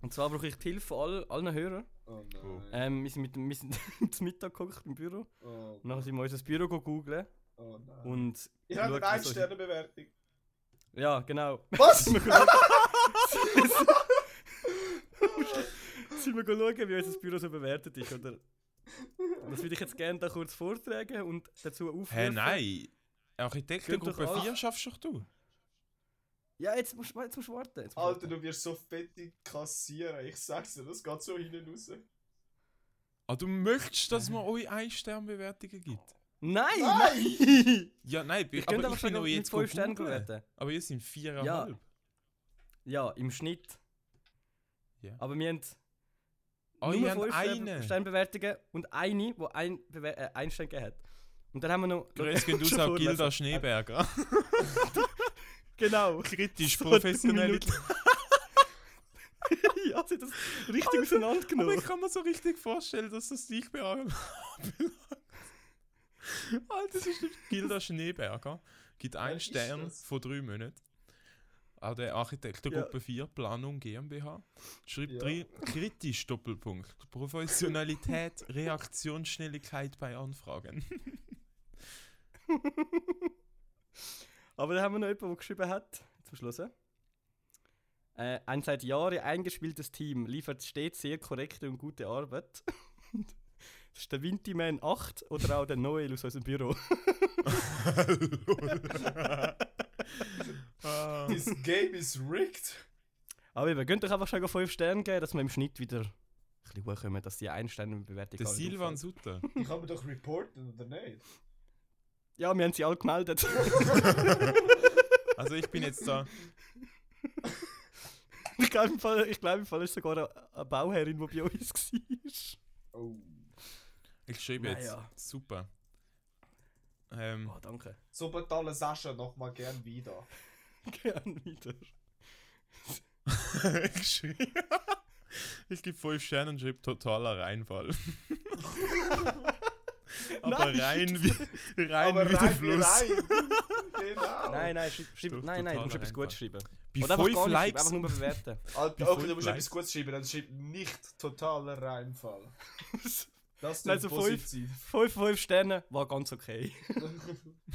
Speaker 2: Und zwar brauche ich die Hilfe von all, allen Hörern.
Speaker 4: [LAUGHS] oh
Speaker 3: Cool.
Speaker 4: nein.
Speaker 2: Ähm, wir sind, mit, wir sind [LAUGHS] zum Mittag gekocht im Büro.
Speaker 4: Oh,
Speaker 2: Und nachher sind wir unser Büro googeln
Speaker 4: oh nein.
Speaker 2: und...
Speaker 4: ich habe
Speaker 2: geschaut,
Speaker 4: eine
Speaker 2: was
Speaker 4: 1
Speaker 2: unsere-
Speaker 4: sterne bewertung
Speaker 2: Ja, genau.
Speaker 4: Was?
Speaker 2: [LAUGHS] sind wir schauen, wie unser Büro so bewertet ist, oder? Das würde ich jetzt gerne da kurz vortragen und dazu aufrufen.
Speaker 3: Hä, nein.
Speaker 2: Könnt doch
Speaker 3: Architektengruppe
Speaker 2: alle-
Speaker 3: 4 schaffst doch du.
Speaker 2: Ja, jetzt musst, jetzt musst du warten. Jetzt musst du
Speaker 4: Alter,
Speaker 2: warten.
Speaker 4: du wirst so fettig kassieren. Ich sag's dir, das geht so hinten raus.
Speaker 3: Ah, du möchtest, dass man euch eine Sternbewertungen gibt?
Speaker 2: Nein!
Speaker 4: Nein!
Speaker 2: Nein!
Speaker 3: Ja, nein,
Speaker 2: Ich
Speaker 3: aber
Speaker 2: könnte einfach
Speaker 3: ich bin
Speaker 2: sagen,
Speaker 3: euch
Speaker 2: mit
Speaker 3: jetzt
Speaker 2: 5 Sternen
Speaker 3: googeln.
Speaker 2: bewerten.
Speaker 3: Aber ihr sind viereinhalb.
Speaker 2: Ja, im Schnitt.
Speaker 3: Ja.
Speaker 2: Aber wir haben
Speaker 3: Ah,
Speaker 2: nur
Speaker 3: ihr habt
Speaker 2: fünf Stern-
Speaker 3: einen.
Speaker 2: Sternbewertungen und eine, die ein, Bewer- äh, ein Stern gegeben hat. Und dann haben wir noch...
Speaker 3: Grüß gehen
Speaker 2: [LAUGHS]
Speaker 3: aus
Speaker 2: Schon
Speaker 3: an
Speaker 2: vorlesen. [LAUGHS]
Speaker 3: Gilda Schneeberger.
Speaker 2: Genau.
Speaker 3: Kritisch,
Speaker 2: [LAUGHS] So,
Speaker 3: professionell.
Speaker 2: drei [LAUGHS] ja, sie hat das richtig
Speaker 3: Aber ich
Speaker 2: auseinandergenommen.
Speaker 3: kann mir so richtig vorstellen, dass das dich [LAUGHS] beanlangt. Alter, das ist nicht Gilda Schneeberger. Gibt einen
Speaker 4: ist
Speaker 3: Stern
Speaker 4: das?
Speaker 3: von drei Monaten. An der Architektengruppe 4, Planung GmbH, schreibt
Speaker 4: Ja.
Speaker 3: drei kritisch Doppelpunkt.
Speaker 4: [LAUGHS]
Speaker 3: Professionalität, Reaktionsschnelligkeit bei Anfragen.
Speaker 2: Aber dann haben wir noch jemanden, der geschrieben hat, zum Schluss. Äh, ein seit Jahren eingespieltes Team liefert stets sehr korrekte und gute Arbeit. [LAUGHS] Das ist der Wintyman 8 oder auch der Noel aus unserem Büro.
Speaker 3: [LAUGHS] Ah.
Speaker 4: This game is rigged.
Speaker 2: Aber eben, könnt euch einfach schon 5 Sterne geben, dass wir im Schnitt wieder ein bisschen hochkommen, dass die 1 Sterne bewertet
Speaker 3: Der Silvan Sutter.
Speaker 4: Ich habe doch reporten, oder nicht?
Speaker 2: Ja, wir haben sie alle gemeldet. [LAUGHS]
Speaker 3: Also ich bin jetzt da.
Speaker 2: ich glaube, im Fall, ich glaub, im Fall ist sogar eine, eine Bauherrin, die bei uns war.
Speaker 4: Oh.
Speaker 3: Ich
Speaker 4: [LAUGHS]
Speaker 3: schreibe jetzt.
Speaker 2: Naja.
Speaker 3: Super. Ähm,
Speaker 2: Oh, danke.
Speaker 4: So betalen Sascha nochmal gern wieder.
Speaker 2: Gern wieder.
Speaker 3: ich schreibe. [LAUGHS] Ich gebe 5 Sterne und schreibe totaler Reinfall.
Speaker 2: [LAUGHS]
Speaker 3: Aber
Speaker 2: Nein,
Speaker 3: rein wie, rein
Speaker 4: Aber
Speaker 3: wie der
Speaker 4: rein,
Speaker 3: Fluss.
Speaker 4: rein. genau.
Speaker 2: Nein, nein, schreib,
Speaker 3: Doch,
Speaker 2: schreib, nein, nein, du musst
Speaker 3: totaler
Speaker 2: etwas Gutes schreiben.
Speaker 3: Bei
Speaker 2: Oder einfach gar
Speaker 3: 5
Speaker 2: nicht schreiben,
Speaker 3: Likes.
Speaker 2: einfach nur bewerten.
Speaker 4: [LAUGHS] Alter,
Speaker 3: Before
Speaker 4: okay, du musst
Speaker 3: Light.
Speaker 4: etwas Gutes schreiben, dann schreib nicht totaler Reinfall.
Speaker 2: [LAUGHS]
Speaker 4: Das
Speaker 2: Nein,
Speaker 4: ist
Speaker 2: so
Speaker 4: positiv. [LAUGHS]
Speaker 2: 5 von 5 Sternen war ganz okay.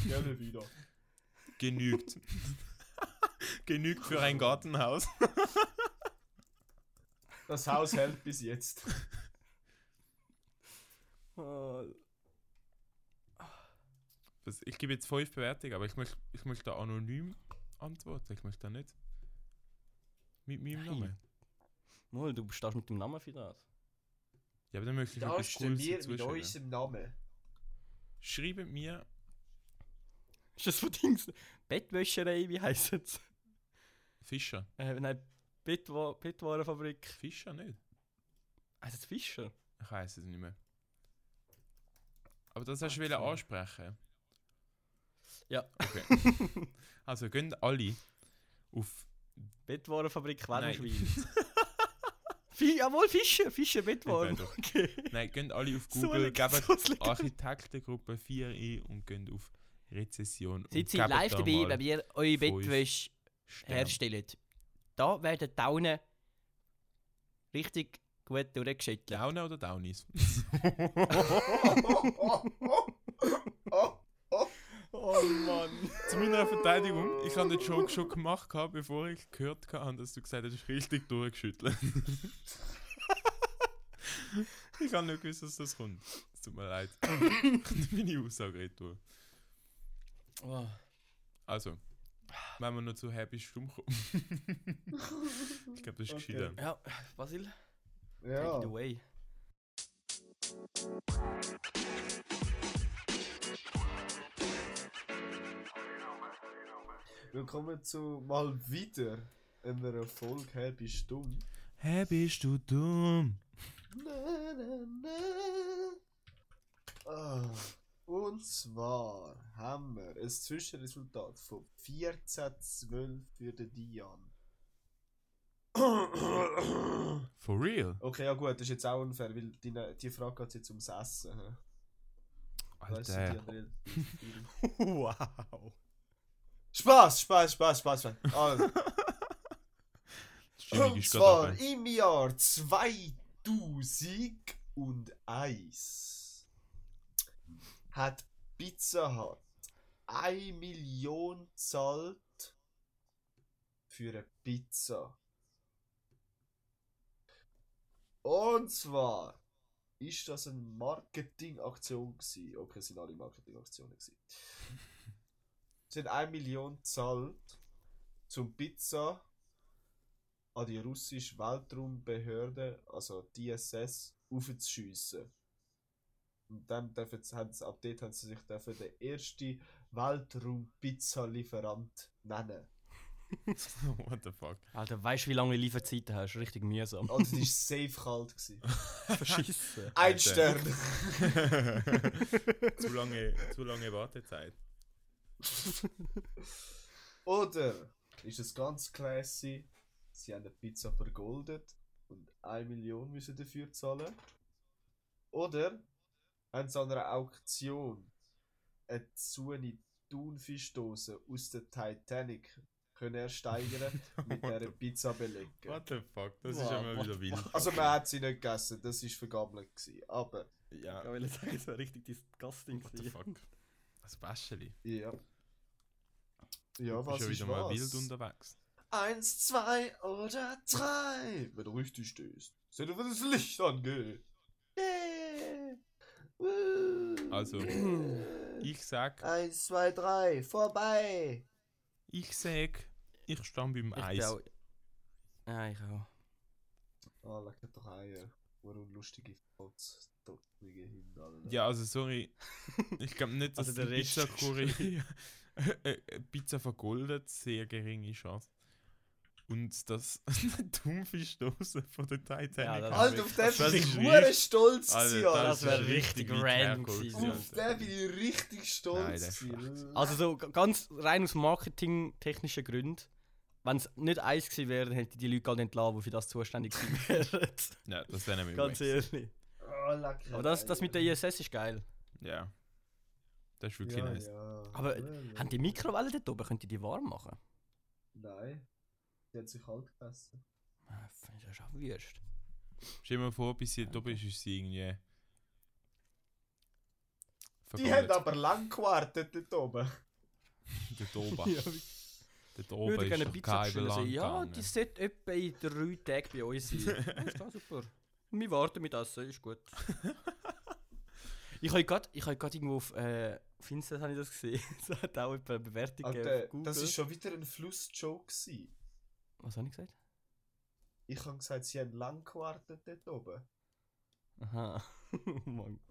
Speaker 4: Gerne wieder.
Speaker 3: Genügt. [LAUGHS] Genügt für ein Gartenhaus.
Speaker 4: Das Haus hält bis jetzt.
Speaker 2: Oh,
Speaker 3: Was- Ich gebe jetzt 5 Bewertungen, aber ich möchte, ich möchte anonym antworten. Ich möchte da nicht mit meinem
Speaker 2: Nein.
Speaker 3: Namen.
Speaker 2: Mol, du stehst mit dem Namen für das.
Speaker 3: Ja, aber dann möchte ich etwas
Speaker 4: Darstellen
Speaker 3: Cooles
Speaker 4: wir mit
Speaker 3: dazuschreiben.
Speaker 4: unserem Namen.
Speaker 3: Schreibt mir
Speaker 2: Ist das von Dings? Bettwäscherei, wie heisst es?
Speaker 3: Fischer.
Speaker 2: Äh, nein, Bettwa Bettwarenfabrik.
Speaker 3: Fischer nicht?
Speaker 2: Heisst es Fischer?
Speaker 3: Ich weiß es nicht mehr. Aber das hast du
Speaker 2: Ah,
Speaker 3: wieder
Speaker 2: sorry.
Speaker 3: ansprechen.
Speaker 2: Ja.
Speaker 3: Okay. also gehen alle auf.
Speaker 2: Bettwarenfabrik
Speaker 3: Nein.
Speaker 2: Wendelschwil. Fi- Jawohl, Fischer, Fischer, Bettwaren. [LAUGHS]
Speaker 3: Ich weiß
Speaker 2: Okay.
Speaker 3: [LAUGHS] Nein, gehen alle auf
Speaker 2: [LAUGHS] So
Speaker 3: Google,
Speaker 2: ein-
Speaker 3: geben
Speaker 2: so ein-
Speaker 3: Architektengruppe 4 ein und gehen auf Rezession. und
Speaker 2: Seid ihr
Speaker 3: geben
Speaker 2: live
Speaker 3: da
Speaker 2: dabei,
Speaker 3: mal
Speaker 2: wenn wir eure
Speaker 3: fünf
Speaker 2: Bettwäsche
Speaker 3: Sterne.
Speaker 2: herstellt. Da werden die Daunen richtig gut durchgeschüttelt.
Speaker 3: Laune oder
Speaker 2: [LAUGHS]
Speaker 3: Downies?
Speaker 2: Oh Mann.
Speaker 3: Zu meiner Verteidigung, ich habe den Joke schon gemacht, gehabt, bevor ich gehört habe, dass du gesagt hast, ist richtig durchgeschüttelt. [LAUGHS] ich habe nicht gewusst, dass das kommt. Es tut mir
Speaker 4: [COUGHS]
Speaker 3: leid. Meine Aussage nicht durch.
Speaker 2: Oh.
Speaker 3: Also, wenn wir noch zu happy stumm kommen.
Speaker 4: [LAUGHS]
Speaker 3: ich glaube, das ist
Speaker 4: Okay.
Speaker 3: gescheiter.
Speaker 2: Ja, Basil, take
Speaker 4: Ja.
Speaker 2: it away.
Speaker 4: Willkommen zu mal wieder einer Folge Happy Stumm.
Speaker 3: Hä, bist du dumm?
Speaker 4: Na, na, na. Ah, Und zwar haben wir ein Zwischenresultat von 14-12 für den Dian.
Speaker 3: For real?
Speaker 4: Okay, ja gut, das ist jetzt auch unfair, weil die, die Frage geht jetzt ums Essen. hä? Weißt du, die
Speaker 3: Alter.
Speaker 4: hat relativ viel.
Speaker 2: Wow.
Speaker 4: Spaß, Spaß, Spaß, Spaß, Spaß. Also,
Speaker 3: Die Stimmung
Speaker 4: und
Speaker 3: ist gerade
Speaker 4: zwar
Speaker 3: runter.
Speaker 4: im Jahr 2001 hat Pizza Hut 1 Million zahlt für eine Pizza. Und zwar ist das eine Marketingaktion gewesen. Okay, es sind alle Marketingaktionen gewesen. Sie haben 1 Million gezahlt zum Pizza an die russische Weltraumbehörde, also DSS, aufzuschiessen. Und dann dürfen sie, haben sie, ab dort haben sie sich dürfen den ersten Weltraum-Pizza-Lieferant nennen.
Speaker 3: [LAUGHS] What the fuck?
Speaker 2: Alter, weißt du, wie lange Lieferzeiten hast? Richtig mühsam.
Speaker 4: Also es ist safe kalt gewesen.
Speaker 2: [LAUGHS] Verschissen.
Speaker 4: Ein
Speaker 3: Alter.
Speaker 4: Stern.
Speaker 3: [LAUGHS] zu, lange, zu lange Wartezeit.
Speaker 4: Oder ist es ganz classy, sie haben die Pizza vergoldet und 1 Million müssen dafür zahlen. Oder haben sie an einer Auktion eine zune Thunfischdose aus der Titanic
Speaker 3: [LAUGHS]
Speaker 4: können ersteigern mit
Speaker 3: What
Speaker 4: dieser
Speaker 3: the-
Speaker 4: Pizza belegen.
Speaker 3: What the fuck? Das ist
Speaker 2: Wow,
Speaker 3: einmal
Speaker 2: what
Speaker 3: wieder
Speaker 2: the
Speaker 3: wild.
Speaker 4: Also man hat sie nicht gegessen, das war vergammelt. gewesen. Aber
Speaker 2: Ich
Speaker 3: Ja,
Speaker 2: wollte sagen, es war richtig disgusting.
Speaker 3: what the fuck? Das Bäscheli.
Speaker 4: ja. Ja,
Speaker 3: Du bist
Speaker 4: was
Speaker 3: ja
Speaker 4: ist
Speaker 3: wieder mal wild
Speaker 4: was?
Speaker 3: unterwegs.
Speaker 4: Eins, zwei oder drei. Wenn du richtig stehst. Seht ihr, wenn das Licht angeht. Yeah. Woo.
Speaker 3: Also, Ich sag,
Speaker 4: Eins, zwei, drei. Vorbei.
Speaker 3: ich sag, ich stand beim
Speaker 2: Ich
Speaker 3: Eis.
Speaker 2: bin auch... Ja, ich auch.
Speaker 4: Ah, leck dir doch Eier. Warum lustige Fotz. Totlige Hinde.
Speaker 3: Ja, also sorry. Ich glaube nicht, dass
Speaker 2: Also der
Speaker 3: die
Speaker 2: Rest
Speaker 3: Pizza
Speaker 2: ist
Speaker 3: Korea [LAUGHS] äh, äh, Pizza vergoldet, sehr geringe Chance. Und das [LAUGHS] Thunfischdose von der Titanic.
Speaker 2: Ja, das-
Speaker 3: haben
Speaker 4: Alter,
Speaker 3: wir-
Speaker 4: auf den
Speaker 3: das
Speaker 4: bin ich
Speaker 3: ist
Speaker 4: hure
Speaker 3: richtig-
Speaker 4: stolz
Speaker 3: Alter,
Speaker 4: gewesen, Alter.
Speaker 2: das wär
Speaker 3: ist
Speaker 2: richtig
Speaker 3: weit
Speaker 2: random
Speaker 3: hergeholt
Speaker 2: gewesen,
Speaker 3: gewesen,
Speaker 4: Auf
Speaker 3: Alter.
Speaker 4: den bin ich richtig
Speaker 3: Nein,
Speaker 4: stolz
Speaker 3: der ist
Speaker 4: gewesen.
Speaker 2: Also so g- ganz rein aus marketingtechnischen Gründen. Wenn es nicht Eis gewesen wäre, dann hätte die Leute alle entlassen, die für das zuständig gewesen [LAUGHS] wären.
Speaker 3: Ja, das wäre nämlich
Speaker 2: Ganz
Speaker 3: wack.
Speaker 2: ehrlich.
Speaker 4: Ah, leck dir
Speaker 2: Aber das,
Speaker 4: die
Speaker 2: das mit der
Speaker 4: Eier.
Speaker 2: ISS ist geil.
Speaker 3: Ja. Das ist wirklich
Speaker 4: ja,
Speaker 3: nice.
Speaker 4: ja.
Speaker 2: Aber
Speaker 4: Ja, ja.
Speaker 2: Haben die Mikrowellen dort oben? Könnt ihr die warm machen?
Speaker 4: Nein. Die hat sich kalt gegessen.
Speaker 2: Ah, find ich Das ist auch wüst.
Speaker 3: Stell dir mal vor, bis hier oben ist, ist sie irgendwie.
Speaker 4: Die
Speaker 3: [LAUGHS]
Speaker 4: haben aber lang gewartet dort oben.
Speaker 3: Der Toba.
Speaker 2: [LAUGHS] Ja,
Speaker 3: Der
Speaker 2: Oh,
Speaker 3: Toba
Speaker 2: Würde
Speaker 3: ist
Speaker 2: gerne
Speaker 3: doch
Speaker 2: Pizza
Speaker 3: kein
Speaker 2: bestellen.
Speaker 3: Belang.
Speaker 2: Also, ja, die
Speaker 3: gegangen.
Speaker 2: sollte etwa in drei Tagen bei uns
Speaker 3: [LAUGHS]
Speaker 2: sein. Ah, ist klar, super. Wir warten mit Essen, ist gut. ich habe gerade ich habe gerade irgendwo auf, äh, auf Insta habe ich das gesehen. [LAUGHS] Es hat auch jemand eine Bewertung
Speaker 4: Alter,
Speaker 2: gegeben. auf
Speaker 4: das
Speaker 2: Google.
Speaker 4: ist schon wieder ein Flussjoke gewesen.
Speaker 2: Was habe ich gesagt?
Speaker 4: Ich habe gesagt, sie
Speaker 2: [LAUGHS]
Speaker 4: haben lang gewartet dort oben.
Speaker 2: Aha. oh Mann.
Speaker 5: [LAUGHS]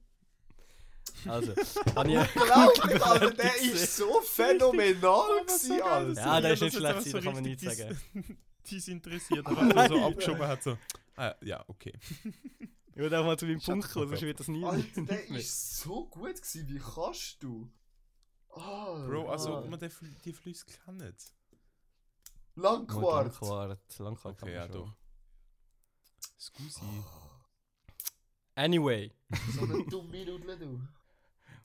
Speaker 2: Also, habe ich.
Speaker 5: Unglaublich, Alter, der ist so phänomenal gewesen, Alter.
Speaker 2: Ja, der ist nicht
Speaker 3: dass jetzt
Speaker 2: schlecht,
Speaker 3: auch
Speaker 2: da kann man
Speaker 3: richtig
Speaker 2: nichts sagen. [LAUGHS]
Speaker 3: dis- Disinteressiert, aber so, so abgeschoben hat. So. Ah, ja, okay.
Speaker 2: Ich würde auch mal zu meinem
Speaker 3: Shut
Speaker 2: Punkt
Speaker 3: the
Speaker 2: kommen,
Speaker 3: fuck
Speaker 2: sonst wird das nie.
Speaker 5: Alter, der
Speaker 2: nicht mehr.
Speaker 5: ist so gut gewesen, wie kannst du?
Speaker 4: Oh
Speaker 5: Alter.
Speaker 3: Bro, also ob man den, Fl- die Flüsse kennt.
Speaker 5: Langquart.
Speaker 2: Langquart. Langquart kann
Speaker 3: Okay,
Speaker 2: man
Speaker 3: ja
Speaker 2: schon.
Speaker 3: doch. Scusi.
Speaker 2: Anyway,
Speaker 5: So eine dumme Nudel, du.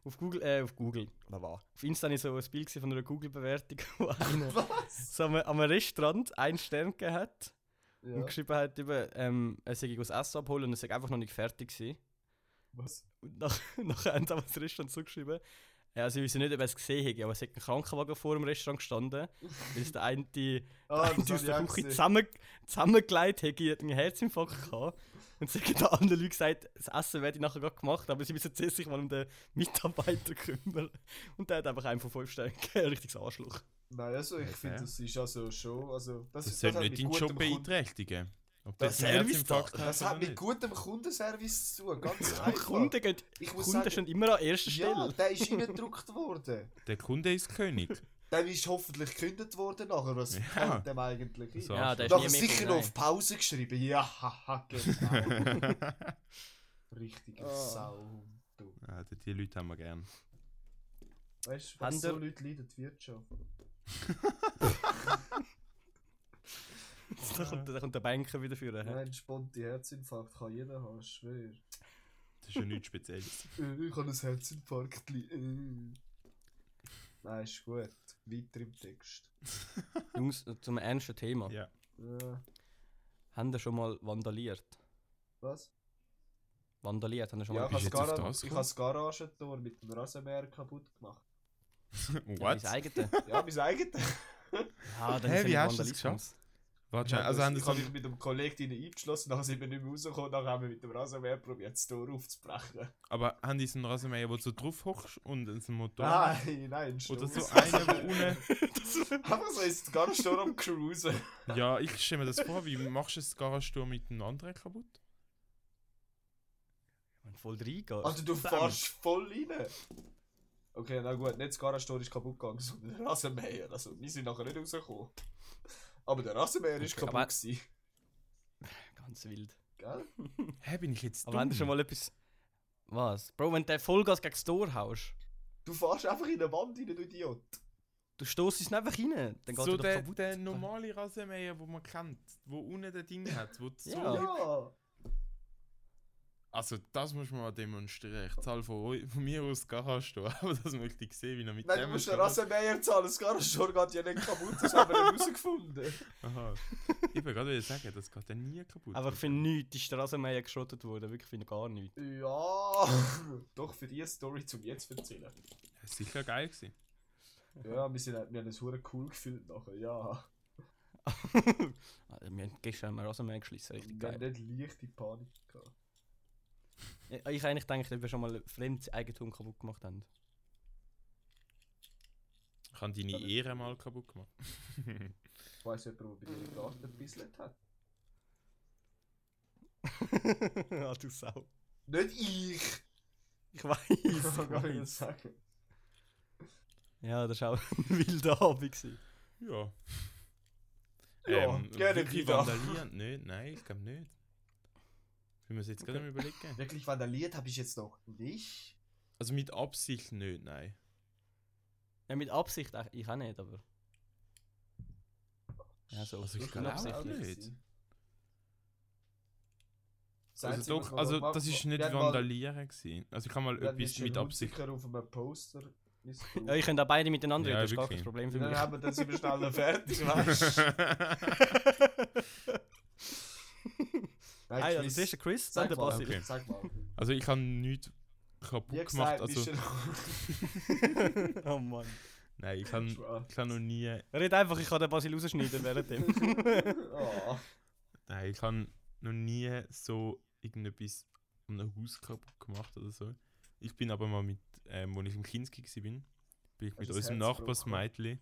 Speaker 2: auf Google, äh, auf Google, da war. Auf Insta habe ich so ein Bild gesehen von einer Google-Bewertung, [LAUGHS] wo einer
Speaker 5: Was?
Speaker 2: so am, am Restaurant einen Stern gegeben hat und
Speaker 5: Ja.
Speaker 2: geschrieben hat, eben, ähm, er sei aus Essen abholen und er sei einfach noch nicht fertig gewesen.
Speaker 5: Was?
Speaker 2: Und nach, [LAUGHS] nachher haben sie aber das Restaurant zugeschrieben. Ja, also ich weiß ja nicht, ob er es gesehen hat, aber es hat ein Krankenwagen vor dem Restaurant gestanden, weil es der eine, die,
Speaker 5: Ah,
Speaker 2: eine aus
Speaker 5: das
Speaker 2: der
Speaker 5: hab
Speaker 2: Küche
Speaker 5: ich auch
Speaker 2: zusammen, zusammengelegt hat, die hat einen Herzinfarkt gehabt. Und sie hat allen Leuten gesagt, das Essen werde ich nachher gerade gemacht, aber sie müssen zuerst sich mal um den Mitarbeiter kümmern. Und der hat einfach einen von fünf Sternen gegeben, ein richtiges Arschloch.
Speaker 4: Nein, also ich
Speaker 3: Okay.
Speaker 4: finde, das ist also schon. Also, das
Speaker 3: Das
Speaker 4: ist-
Speaker 3: sollte
Speaker 4: hat
Speaker 3: nicht
Speaker 4: mit
Speaker 3: deinen
Speaker 4: gutem
Speaker 3: Job
Speaker 4: Kunden-
Speaker 3: beeinträchtigen. Ob
Speaker 2: Der
Speaker 3: das ein
Speaker 2: Service
Speaker 3: Herzinfarkt
Speaker 2: da.
Speaker 3: hast
Speaker 5: Das
Speaker 3: oder
Speaker 5: hat mit
Speaker 3: nicht.
Speaker 5: gutem Kundenservice zu tun, ganz
Speaker 2: Und
Speaker 5: einfach.
Speaker 2: Kunden, gehen,
Speaker 5: Ich muss
Speaker 2: Kunden
Speaker 5: sagen,
Speaker 2: stehen immer an erster
Speaker 5: ja,
Speaker 2: Stelle.
Speaker 5: der ist reingedrückt worden.
Speaker 3: Der Kunde ist König. [LAUGHS]
Speaker 5: Dem ist hoffentlich gekündigt worden nachher, was
Speaker 3: Ja.
Speaker 5: fällt dem eigentlich ein?
Speaker 3: So
Speaker 2: Ja, der ist
Speaker 5: Nachher
Speaker 2: nie mehr
Speaker 5: sicher
Speaker 2: gekommen,
Speaker 5: noch
Speaker 2: nein.
Speaker 5: auf Pause geschrieben. Ja,
Speaker 4: [LAUGHS]
Speaker 5: haha, genau. Richtiger
Speaker 4: Ah.
Speaker 5: Sau.
Speaker 3: ah, die- die Leute haben wir gern.
Speaker 4: Weißt du,
Speaker 2: Haben
Speaker 4: was so
Speaker 2: der-
Speaker 4: Leute leiden, die Wirtschaft.
Speaker 2: [LAUGHS] Da kommt, da kommt der Banker wieder führen. hä?
Speaker 4: Nein, sponti Herzinfarkt kann jeder haben, ich schwör.
Speaker 3: Das ist ja nichts
Speaker 4: [LAUGHS]
Speaker 3: Spezielles.
Speaker 4: Äh, Ich habe ein Herzinfarkt. äh. Nein, ist gut. Weiter im Text.
Speaker 2: Jungs, zum ernsten Thema.
Speaker 3: Ja.
Speaker 4: Ja,
Speaker 2: Haben ihr schon mal vandaliert?
Speaker 4: was?
Speaker 2: Vandaliert, haben ihr schon
Speaker 4: Ja,
Speaker 2: mal
Speaker 4: ich
Speaker 3: bist
Speaker 5: also
Speaker 4: habe
Speaker 3: jetzt auf das
Speaker 4: das,
Speaker 3: gekommen?
Speaker 4: das Garagentor mit dem Rasenmäher kaputt gemacht.
Speaker 3: What?
Speaker 2: Mein
Speaker 5: [LAUGHS]
Speaker 2: eigenes.
Speaker 4: Ja, mein eigenes.
Speaker 2: Ja, Ah, dann
Speaker 3: Hä,
Speaker 2: ist
Speaker 3: wie
Speaker 2: ja
Speaker 3: hast du das
Speaker 2: Vandalismus.
Speaker 3: Warte,
Speaker 4: Ich hab
Speaker 3: also
Speaker 4: das-
Speaker 3: haben die
Speaker 4: ich
Speaker 3: so
Speaker 4: habe mich mit dem Kollegen drinnen eingeschlossen, nachher sind wir nicht mehr rausgekommen, nachher haben wir mit dem Rasenmäher probiert, das Tor aufzubrechen.
Speaker 3: Aber haben die so einen Rasenmäher, wo du so drauf hockst und einen Motor?
Speaker 4: [LAUGHS] Nein, nein, ein
Speaker 3: Oder so
Speaker 4: Stoß.
Speaker 3: einen,
Speaker 4: [LAUGHS]
Speaker 3: wo unten.
Speaker 4: Einfach so ist das ganze Tor am Cruisen.
Speaker 3: [LAUGHS] Ja, ich stelle mir das vor, wie machst du das Garagentor mit einem anderen kaputt?
Speaker 2: Wenn du voll reingehst.
Speaker 4: Also du
Speaker 2: Sam.
Speaker 4: fährst voll rein. Okay, na gut, nicht das Garagentor ist kaputt gegangen, sondern der Rasenmäher. Also wir sind nachher nicht rausgekommen. Aber der Rasenmäher ist
Speaker 2: Okay,
Speaker 4: kaputt
Speaker 2: aber-
Speaker 4: gewesen.
Speaker 2: Ganz wild.
Speaker 4: Gell?
Speaker 3: Hä, bin ich jetzt
Speaker 2: Aber haben ihr schon mal etwas. Was? Bro, wenn du Vollgas gegen das Tor haust,
Speaker 4: Du fährst einfach in eine Wand rein, du Idiot.
Speaker 2: du stoßt es einfach rein. Dann geht
Speaker 3: so
Speaker 2: er doch
Speaker 3: der,
Speaker 2: kaputt.
Speaker 3: der normale Rasenmäher, wo man kennt, wo unten der Ding hat, wo du
Speaker 2: Ja.
Speaker 3: so...
Speaker 4: Ja.
Speaker 3: Also das muss man mal demonstrieren. Ich zahle von, eu- von mir aus Garagentor, [LAUGHS] aber das möchte ich sehen, wie er mit
Speaker 4: Nein, du
Speaker 3: dem...
Speaker 4: musst
Speaker 3: ist
Speaker 4: den Rasenmäher zahlen, das Garagentor geht ja nicht kaputt, das haben wir nicht rausgefunden.
Speaker 3: Aha. Ich bin gerade wieder sagen, das geht dann nie kaputt.
Speaker 2: Aber für nichts ist der Rasenmäher geschrottet worden. Wirklich für gar
Speaker 3: [LAUGHS]
Speaker 2: nichts.
Speaker 4: Ja, [LAUGHS] doch für die Story zum jetzt zu erzählen.
Speaker 3: Das ist sicher geil gewesen.
Speaker 4: Ja, wir, sind, halt, wir haben es hure cool gefühlt nachher, ja.
Speaker 2: Also, wir haben gestern einen Rasenmäher geschlossen. Richtig
Speaker 4: Wir haben
Speaker 2: geil.
Speaker 4: nicht leichte Panik gehabt.
Speaker 2: Ich ich eigentlich denke, dass wir schon mal fremdes Eigentum kaputt gemacht
Speaker 3: [LAUGHS]
Speaker 2: haben.
Speaker 3: Ich habe deine Ehre mal kaputt gemacht.
Speaker 4: Ich weiss jemand, der bei dir im Garten gebisselt hat.
Speaker 2: ah, du Sau.
Speaker 4: Nicht ich!
Speaker 2: Ich weiß.
Speaker 3: [LAUGHS]
Speaker 2: Ich
Speaker 4: [LAUGHS] Ich kann gar nicht
Speaker 2: weiß.
Speaker 4: sagen.
Speaker 2: Ja, das war auch ein [LAUGHS] wilder Abend. gewesen.
Speaker 3: Ja. Ähm,
Speaker 4: Ja, gerne
Speaker 3: wirklich
Speaker 4: wieder.
Speaker 3: vandalieren? Nicht, nein, ich glaube nicht. Ich muss jetzt gerade mal überlegen.
Speaker 4: Wirklich vandaliert habe ich jetzt noch nicht.
Speaker 3: Also mit Absicht nicht, nein.
Speaker 2: Ja, mit Absicht, ach, ich auch nicht, aber. Ja, so.
Speaker 3: Also ich
Speaker 2: wirklich
Speaker 3: glaube auch
Speaker 2: unabsichtlich.
Speaker 3: nicht.
Speaker 4: Das
Speaker 3: Also
Speaker 4: Einzige, was
Speaker 3: doch,
Speaker 4: wir
Speaker 3: also
Speaker 4: noch gemacht
Speaker 3: das ist
Speaker 4: haben-
Speaker 3: nicht
Speaker 4: wir haben
Speaker 3: Vandalieren gewesen. Also ich kann mal
Speaker 4: Mal, wir haben
Speaker 3: etwas
Speaker 4: einen
Speaker 3: mit Absicht.
Speaker 4: Rubriker auf einem Poster missbraucht.
Speaker 2: Ja, ich könnte auch beide miteinander
Speaker 3: Ja,
Speaker 2: reden, das ist gar
Speaker 3: wirklich.
Speaker 2: kein Problem für
Speaker 4: Dann
Speaker 2: mich.
Speaker 4: haben wir dann sind wir [LAUGHS] schneller fertig, weißt du? Nein,
Speaker 2: Ah,
Speaker 3: also
Speaker 2: ja,
Speaker 4: Chris,
Speaker 2: das ist der Chris, dann
Speaker 4: sag
Speaker 2: der
Speaker 4: mal,
Speaker 2: Basil.
Speaker 3: Okay.
Speaker 4: sag mal.
Speaker 3: [LAUGHS] also ich habe nichts kaputt
Speaker 4: Wie
Speaker 3: gemacht.
Speaker 4: gesagt, bist
Speaker 3: Also,
Speaker 4: du noch...
Speaker 3: [LAUGHS]
Speaker 2: oh Mann.
Speaker 3: nein, ich habe [LAUGHS] ich hab noch nie.
Speaker 2: Red einfach, ich kann den Basil rausschneiden währenddem.
Speaker 4: Ah.
Speaker 3: Nein, ich habe noch nie so irgendetwas an einem Haus kaputt gemacht oder so. Ich bin aber mal mit, ähm, wo ich im Kinski war, bin ich
Speaker 4: Hast
Speaker 3: mit
Speaker 4: du das
Speaker 3: unserem
Speaker 4: Herz
Speaker 3: Nachbarsmädchen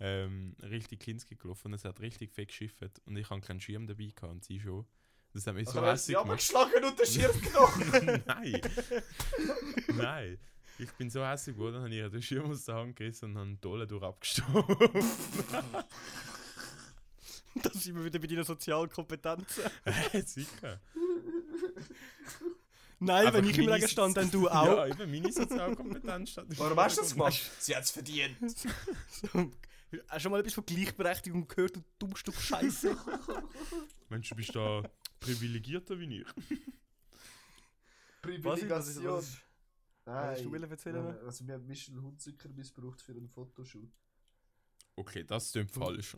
Speaker 3: ähm, richtig Kinski gelaufen und es hat richtig fett geschifft und ich habe keinen Schirm dabei gehabt und sie schon. Das hat mich
Speaker 4: Also
Speaker 3: so
Speaker 4: hast du
Speaker 3: hässlich
Speaker 4: sie
Speaker 3: gemacht. [LAUGHS]
Speaker 4: abgeschlagen und den Schirm genommen.
Speaker 3: Nein. Nein. Ich bin so hässlich geworden, habe ich ihr den Schirm aus der Hand gerissen und habe einen Dollen durch abgestochen.
Speaker 2: [LAUGHS]
Speaker 3: [LAUGHS]
Speaker 2: Da sind wir wieder bei deiner sozialen Kompetenz.
Speaker 3: Äh, Sicher.
Speaker 2: Nein,
Speaker 3: Einfach
Speaker 2: wenn ich im
Speaker 3: meine
Speaker 2: Regen stand, dann du [LAUGHS]
Speaker 3: Sozi-
Speaker 2: auch.
Speaker 3: [LAUGHS] Ja, eben meine Sozialkompetenz statt.
Speaker 4: Warum hast du das gemacht?
Speaker 3: [LAUGHS]
Speaker 4: Sie hat es verdient.
Speaker 2: Hast du schon mal etwas von Gleichberechtigung gehört, du dummes Stück [LAUGHS] Scheiße?
Speaker 3: Mensch, du bist da privilegierter wie ich.
Speaker 4: Privilegation.
Speaker 2: was hast du wollen erzählen?
Speaker 4: Nein, Also, wir haben Michel Hunziker missbraucht für einen Fotoshoot.
Speaker 3: Okay, das klingt
Speaker 4: [LAUGHS]
Speaker 3: falsch.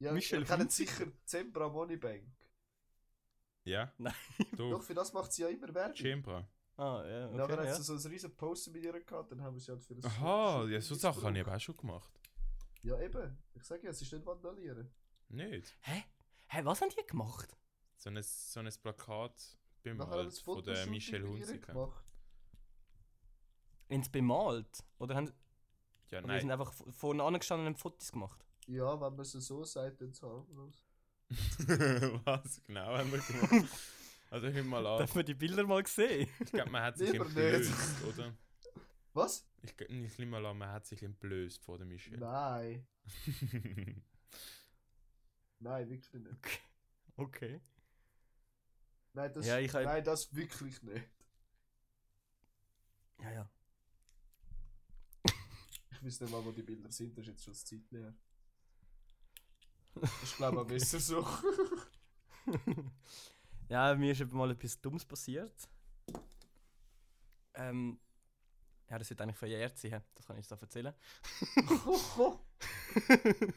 Speaker 4: Ja,
Speaker 2: Michel
Speaker 4: Michel kennt
Speaker 2: Hunziker?
Speaker 4: sicher Zembra Moneybank.
Speaker 3: ja?
Speaker 2: Nein.
Speaker 4: Doch,
Speaker 3: Doch,
Speaker 4: für das macht sie ja immer Werbung.
Speaker 3: Chembra.
Speaker 2: Ah, ja,
Speaker 4: Und Nachher
Speaker 2: okay,
Speaker 4: hat
Speaker 2: ja.
Speaker 4: sie so ein riesen Poster mit ihr gehabt, dann haben wir sie halt für das
Speaker 3: Aha,
Speaker 4: Fotoshoot
Speaker 3: ja, so Sachen habe ich
Speaker 4: missbraucht.
Speaker 3: aber auch schon gemacht.
Speaker 4: Ja, eben. Ich sage ja, es ist nicht vandalieren.
Speaker 3: Nicht?
Speaker 2: Hä? Hä, was haben die gemacht?
Speaker 3: So ein, so ein Plakat
Speaker 4: Nachher haben wir
Speaker 3: bemalt
Speaker 4: das
Speaker 3: von der
Speaker 4: Fotoshooting
Speaker 3: Michelle
Speaker 4: mit ihr
Speaker 3: Hunziker.
Speaker 4: gemacht.
Speaker 2: Haben sie bemalt? Oder haben
Speaker 3: Ja,
Speaker 2: oder sind
Speaker 3: nein.
Speaker 2: einfach v- vorne angestanden und haben Fotos gemacht?
Speaker 4: Ja, wenn man es so sagt, dann ist es harmlos.
Speaker 3: [LAUGHS] Was genau haben wir gemacht? Also, ich nehme mal
Speaker 2: [LAUGHS]
Speaker 3: an,
Speaker 2: Darf man die Bilder mal sehen?
Speaker 3: ich glaube, man hat sich
Speaker 4: Lieber
Speaker 3: entblößt, oder?
Speaker 4: Was?
Speaker 3: Ich, g- ich nehme mal an, man hat sich entblößt vor der Michelle.
Speaker 4: Nein.
Speaker 3: [LAUGHS]
Speaker 4: Nein, wirklich nicht.
Speaker 2: Okay. okay.
Speaker 4: Nein, das,
Speaker 2: Ja, ich hab-
Speaker 4: nein, das wirklich nicht.
Speaker 2: Ja, ja.
Speaker 4: Ich weiß nicht mal, wo die Bilder sind, das ist jetzt schon das Zeit leer. Ich glaube, am
Speaker 2: [LAUGHS]
Speaker 4: besser so.
Speaker 2: ja, mir ist eben mal etwas Dummes passiert. Ähm, ja, das wird eigentlich verjährt sein, das kann ich jetzt auch erzählen.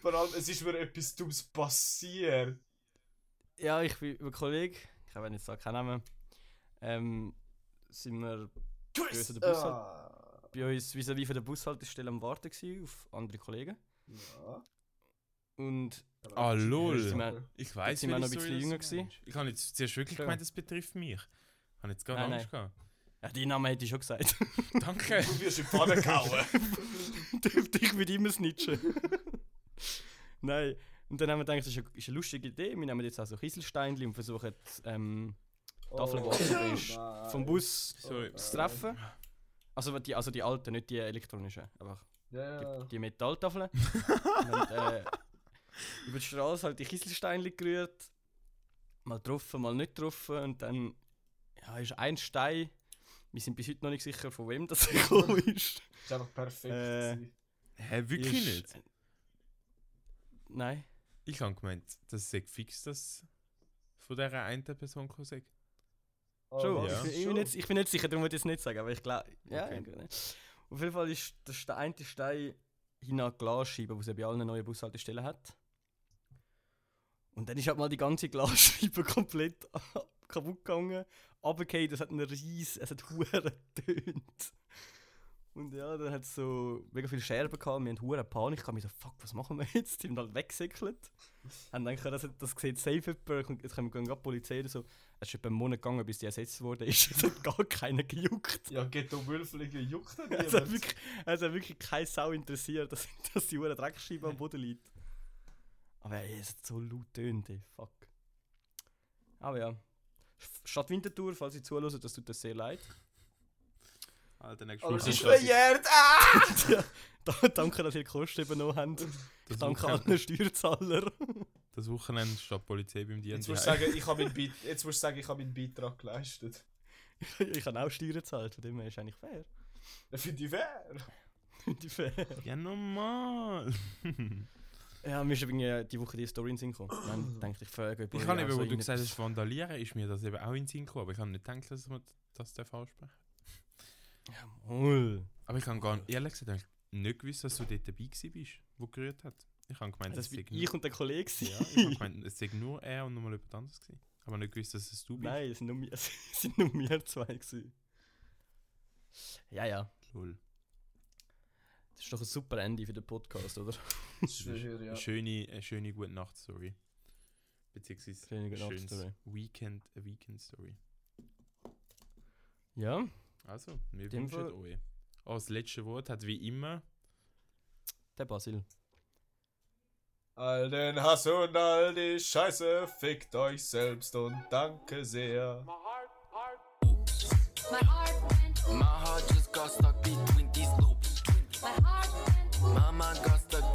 Speaker 4: Vor allem, es ist mir etwas Dummes passiert.
Speaker 2: Ja, ich bin mit einem Kollegen, ich habe jetzt auch keinen Namen, ähm, sind wir Grüße der Bus halt.
Speaker 4: Ah,
Speaker 2: bei uns vis-à-vis von der Bushaltestelle am Warten gewesen, auf andere Kollegen.
Speaker 4: ja.
Speaker 2: Und
Speaker 3: Ah,
Speaker 2: sind
Speaker 3: lol.
Speaker 2: wir-
Speaker 3: Ich weiß
Speaker 2: sind wir noch ein bisschen jünger gewesen.
Speaker 3: Ich habe jetzt zuerst wirklich
Speaker 2: Ja.
Speaker 3: gemeint, das betrifft mich. Ich habe jetzt gar
Speaker 2: Nein,
Speaker 3: Angst gehabt.
Speaker 2: ja, deinen Namen hätte ich schon gesagt. [LAUGHS]
Speaker 3: Danke.
Speaker 4: Du wirst in die Pfanne
Speaker 3: [LAUGHS]
Speaker 4: gehauen.
Speaker 2: Dürfte ich mit immer snitchen. [LAUGHS] Nein. Und dann haben wir gedacht, das ist eine, ist eine lustige Idee. Wir nehmen jetzt also Kieselsteinchen und versuchen ähm, Tafeln, die offen ist,
Speaker 4: Oh, nein.
Speaker 2: vom Bus
Speaker 3: Sorry.
Speaker 2: zu treffen. Also die, also die alten, nicht die elektronischen. Einfach
Speaker 4: Ja, ja.
Speaker 2: die, die
Speaker 3: [LAUGHS]
Speaker 2: Metalltafeln. und äh, über die Straße halt die Kieselsteinchen gerührt. Mal getroffen, mal nicht getroffen. Und dann ja, ist ein Stein. Wir sind bis heute noch nicht sicher, von wem das [LAUGHS] gekommen ist.
Speaker 4: Ist einfach perfekt.
Speaker 2: Äh,
Speaker 4: gewesen.
Speaker 3: Hä, wirklich
Speaker 2: Ist-
Speaker 3: nicht?
Speaker 2: Nein.
Speaker 3: Ich habe gemeint, das sei fix, dass von dieser einen Person gekommen sei.
Speaker 4: Oh,
Speaker 2: schon.
Speaker 4: was?
Speaker 3: ja.
Speaker 2: Ich, bin, ich, bin nicht, ich bin nicht sicher, darum würde ich es nicht sagen, aber ich glaube. Ja,
Speaker 3: Okay.
Speaker 2: irgendwie nicht. Auf jeden Fall ist der Ste eine Stein hin an die Glasscheibe, die es ja bei allen neuen Bushaltestellen hat. Und dann ist halt mal die ganze Glasscheibe [LAUGHS] komplett kaputt gegangen. Runtergefallen, das hat einen Ries, es hat Huren [LAUGHS] getönt. Und ja, dann hat es so mega viele Scherben gehabt, wir hatten Huren Panik, ich mir so, fuck, was machen wir jetzt? Die haben halt weggesäckelt. Haben gedacht, das, das sieht safe jemand, und jetzt können wir gerade die Polizei oder so. Es ist etwa einen Monat gegangen, bis die ersetzt wurde, [LAUGHS] ist es hat gar keiner gejuckt.
Speaker 4: Ja, Ghetto Wülflinge juckt
Speaker 2: [LAUGHS]
Speaker 4: er
Speaker 2: Es hat
Speaker 4: niemand.
Speaker 2: wirklich, es hat wirklich keine Sau interessiert, dass, [LAUGHS] dass die Uhr Dreckscheibe am Boden liegt. Aber ey, es hat so laut tönt, ey, fuck. Aber ja. Sch- Stadt Winterthur, falls ihr zuhört, das tut das sehr leid.
Speaker 3: Alter, nächstes
Speaker 4: Aber es ist
Speaker 3: Wochenende-
Speaker 2: [LAUGHS]
Speaker 4: verjährt. Ah!
Speaker 2: Da- danke, dass ihr die Kosten übernommen habt.
Speaker 3: das
Speaker 2: Danke
Speaker 3: Wochenende-
Speaker 2: allen Steuerzahler. [LAUGHS]
Speaker 3: Das Wochenende steht die Polizei beim dir
Speaker 4: Jetzt musst du sagen, ich habe meinen, Beit- jetzt musst du sagen, ich habe meinen Beitrag geleistet.
Speaker 2: ich habe auch Steuern gezahlt, von dem her ist eigentlich fair. [LAUGHS]
Speaker 4: Das finde ich fair.
Speaker 2: Finde ich fair.
Speaker 3: Ja, normal.
Speaker 2: Ja, mir ist übrigens äh, die Woche die Story in den Sinn gekommen. Dann dachte ich, frage, ob
Speaker 3: Ich
Speaker 2: ihr
Speaker 3: habe
Speaker 2: auch
Speaker 3: eben,
Speaker 2: so
Speaker 3: wo du
Speaker 2: irgendetwas-
Speaker 3: gesagt hast, vandalieren, ist mir das eben auch in den Sinn gekommen, aber ich habe nicht gedacht, dass man das darf ansprechen
Speaker 2: Ja, Moll.
Speaker 3: Aber ich habe gar nicht, ehrlich gesagt eigentlich nicht gewusst, dass du dort dabei gewesen bist, wo gerührt hat. Ich habe gemeint,
Speaker 2: Das
Speaker 3: es sei
Speaker 2: bin Also ich und der Kollege. gewesen.
Speaker 3: nur, ne? ja,
Speaker 2: [LAUGHS]
Speaker 3: ich habe gemeint, es sei nur er und nochmal jemand anderes gewesen. Aber nicht gewusst, dass es du bist.
Speaker 2: Nein, es sind nur, wir- [LAUGHS] es sind nur wir zwei. Gewesen. Ja, ja.
Speaker 3: Lol.
Speaker 2: Das ist doch ein super Ende für den Podcast, oder?
Speaker 4: Das ist
Speaker 3: Das ist
Speaker 4: fair, ja.
Speaker 3: Eine schöne, eine schöne gute Nacht Story. Beziehungsweise
Speaker 2: Schöne
Speaker 3: ein
Speaker 2: gute Nacht
Speaker 3: schönes
Speaker 2: Story.
Speaker 3: Weekend, eine Weekend Story.
Speaker 2: Ja.
Speaker 3: Also, wir
Speaker 2: Dem
Speaker 3: wünschen
Speaker 2: Fall-
Speaker 3: euch. Oh, das letzte Wort hat wie immer.
Speaker 2: Der Basil.
Speaker 4: All den Hass und all die Scheiße, fickt euch selbst und danke sehr.
Speaker 6: My heart went My heart just got stuck between these loops.
Speaker 7: My heart went
Speaker 6: My mind got stuck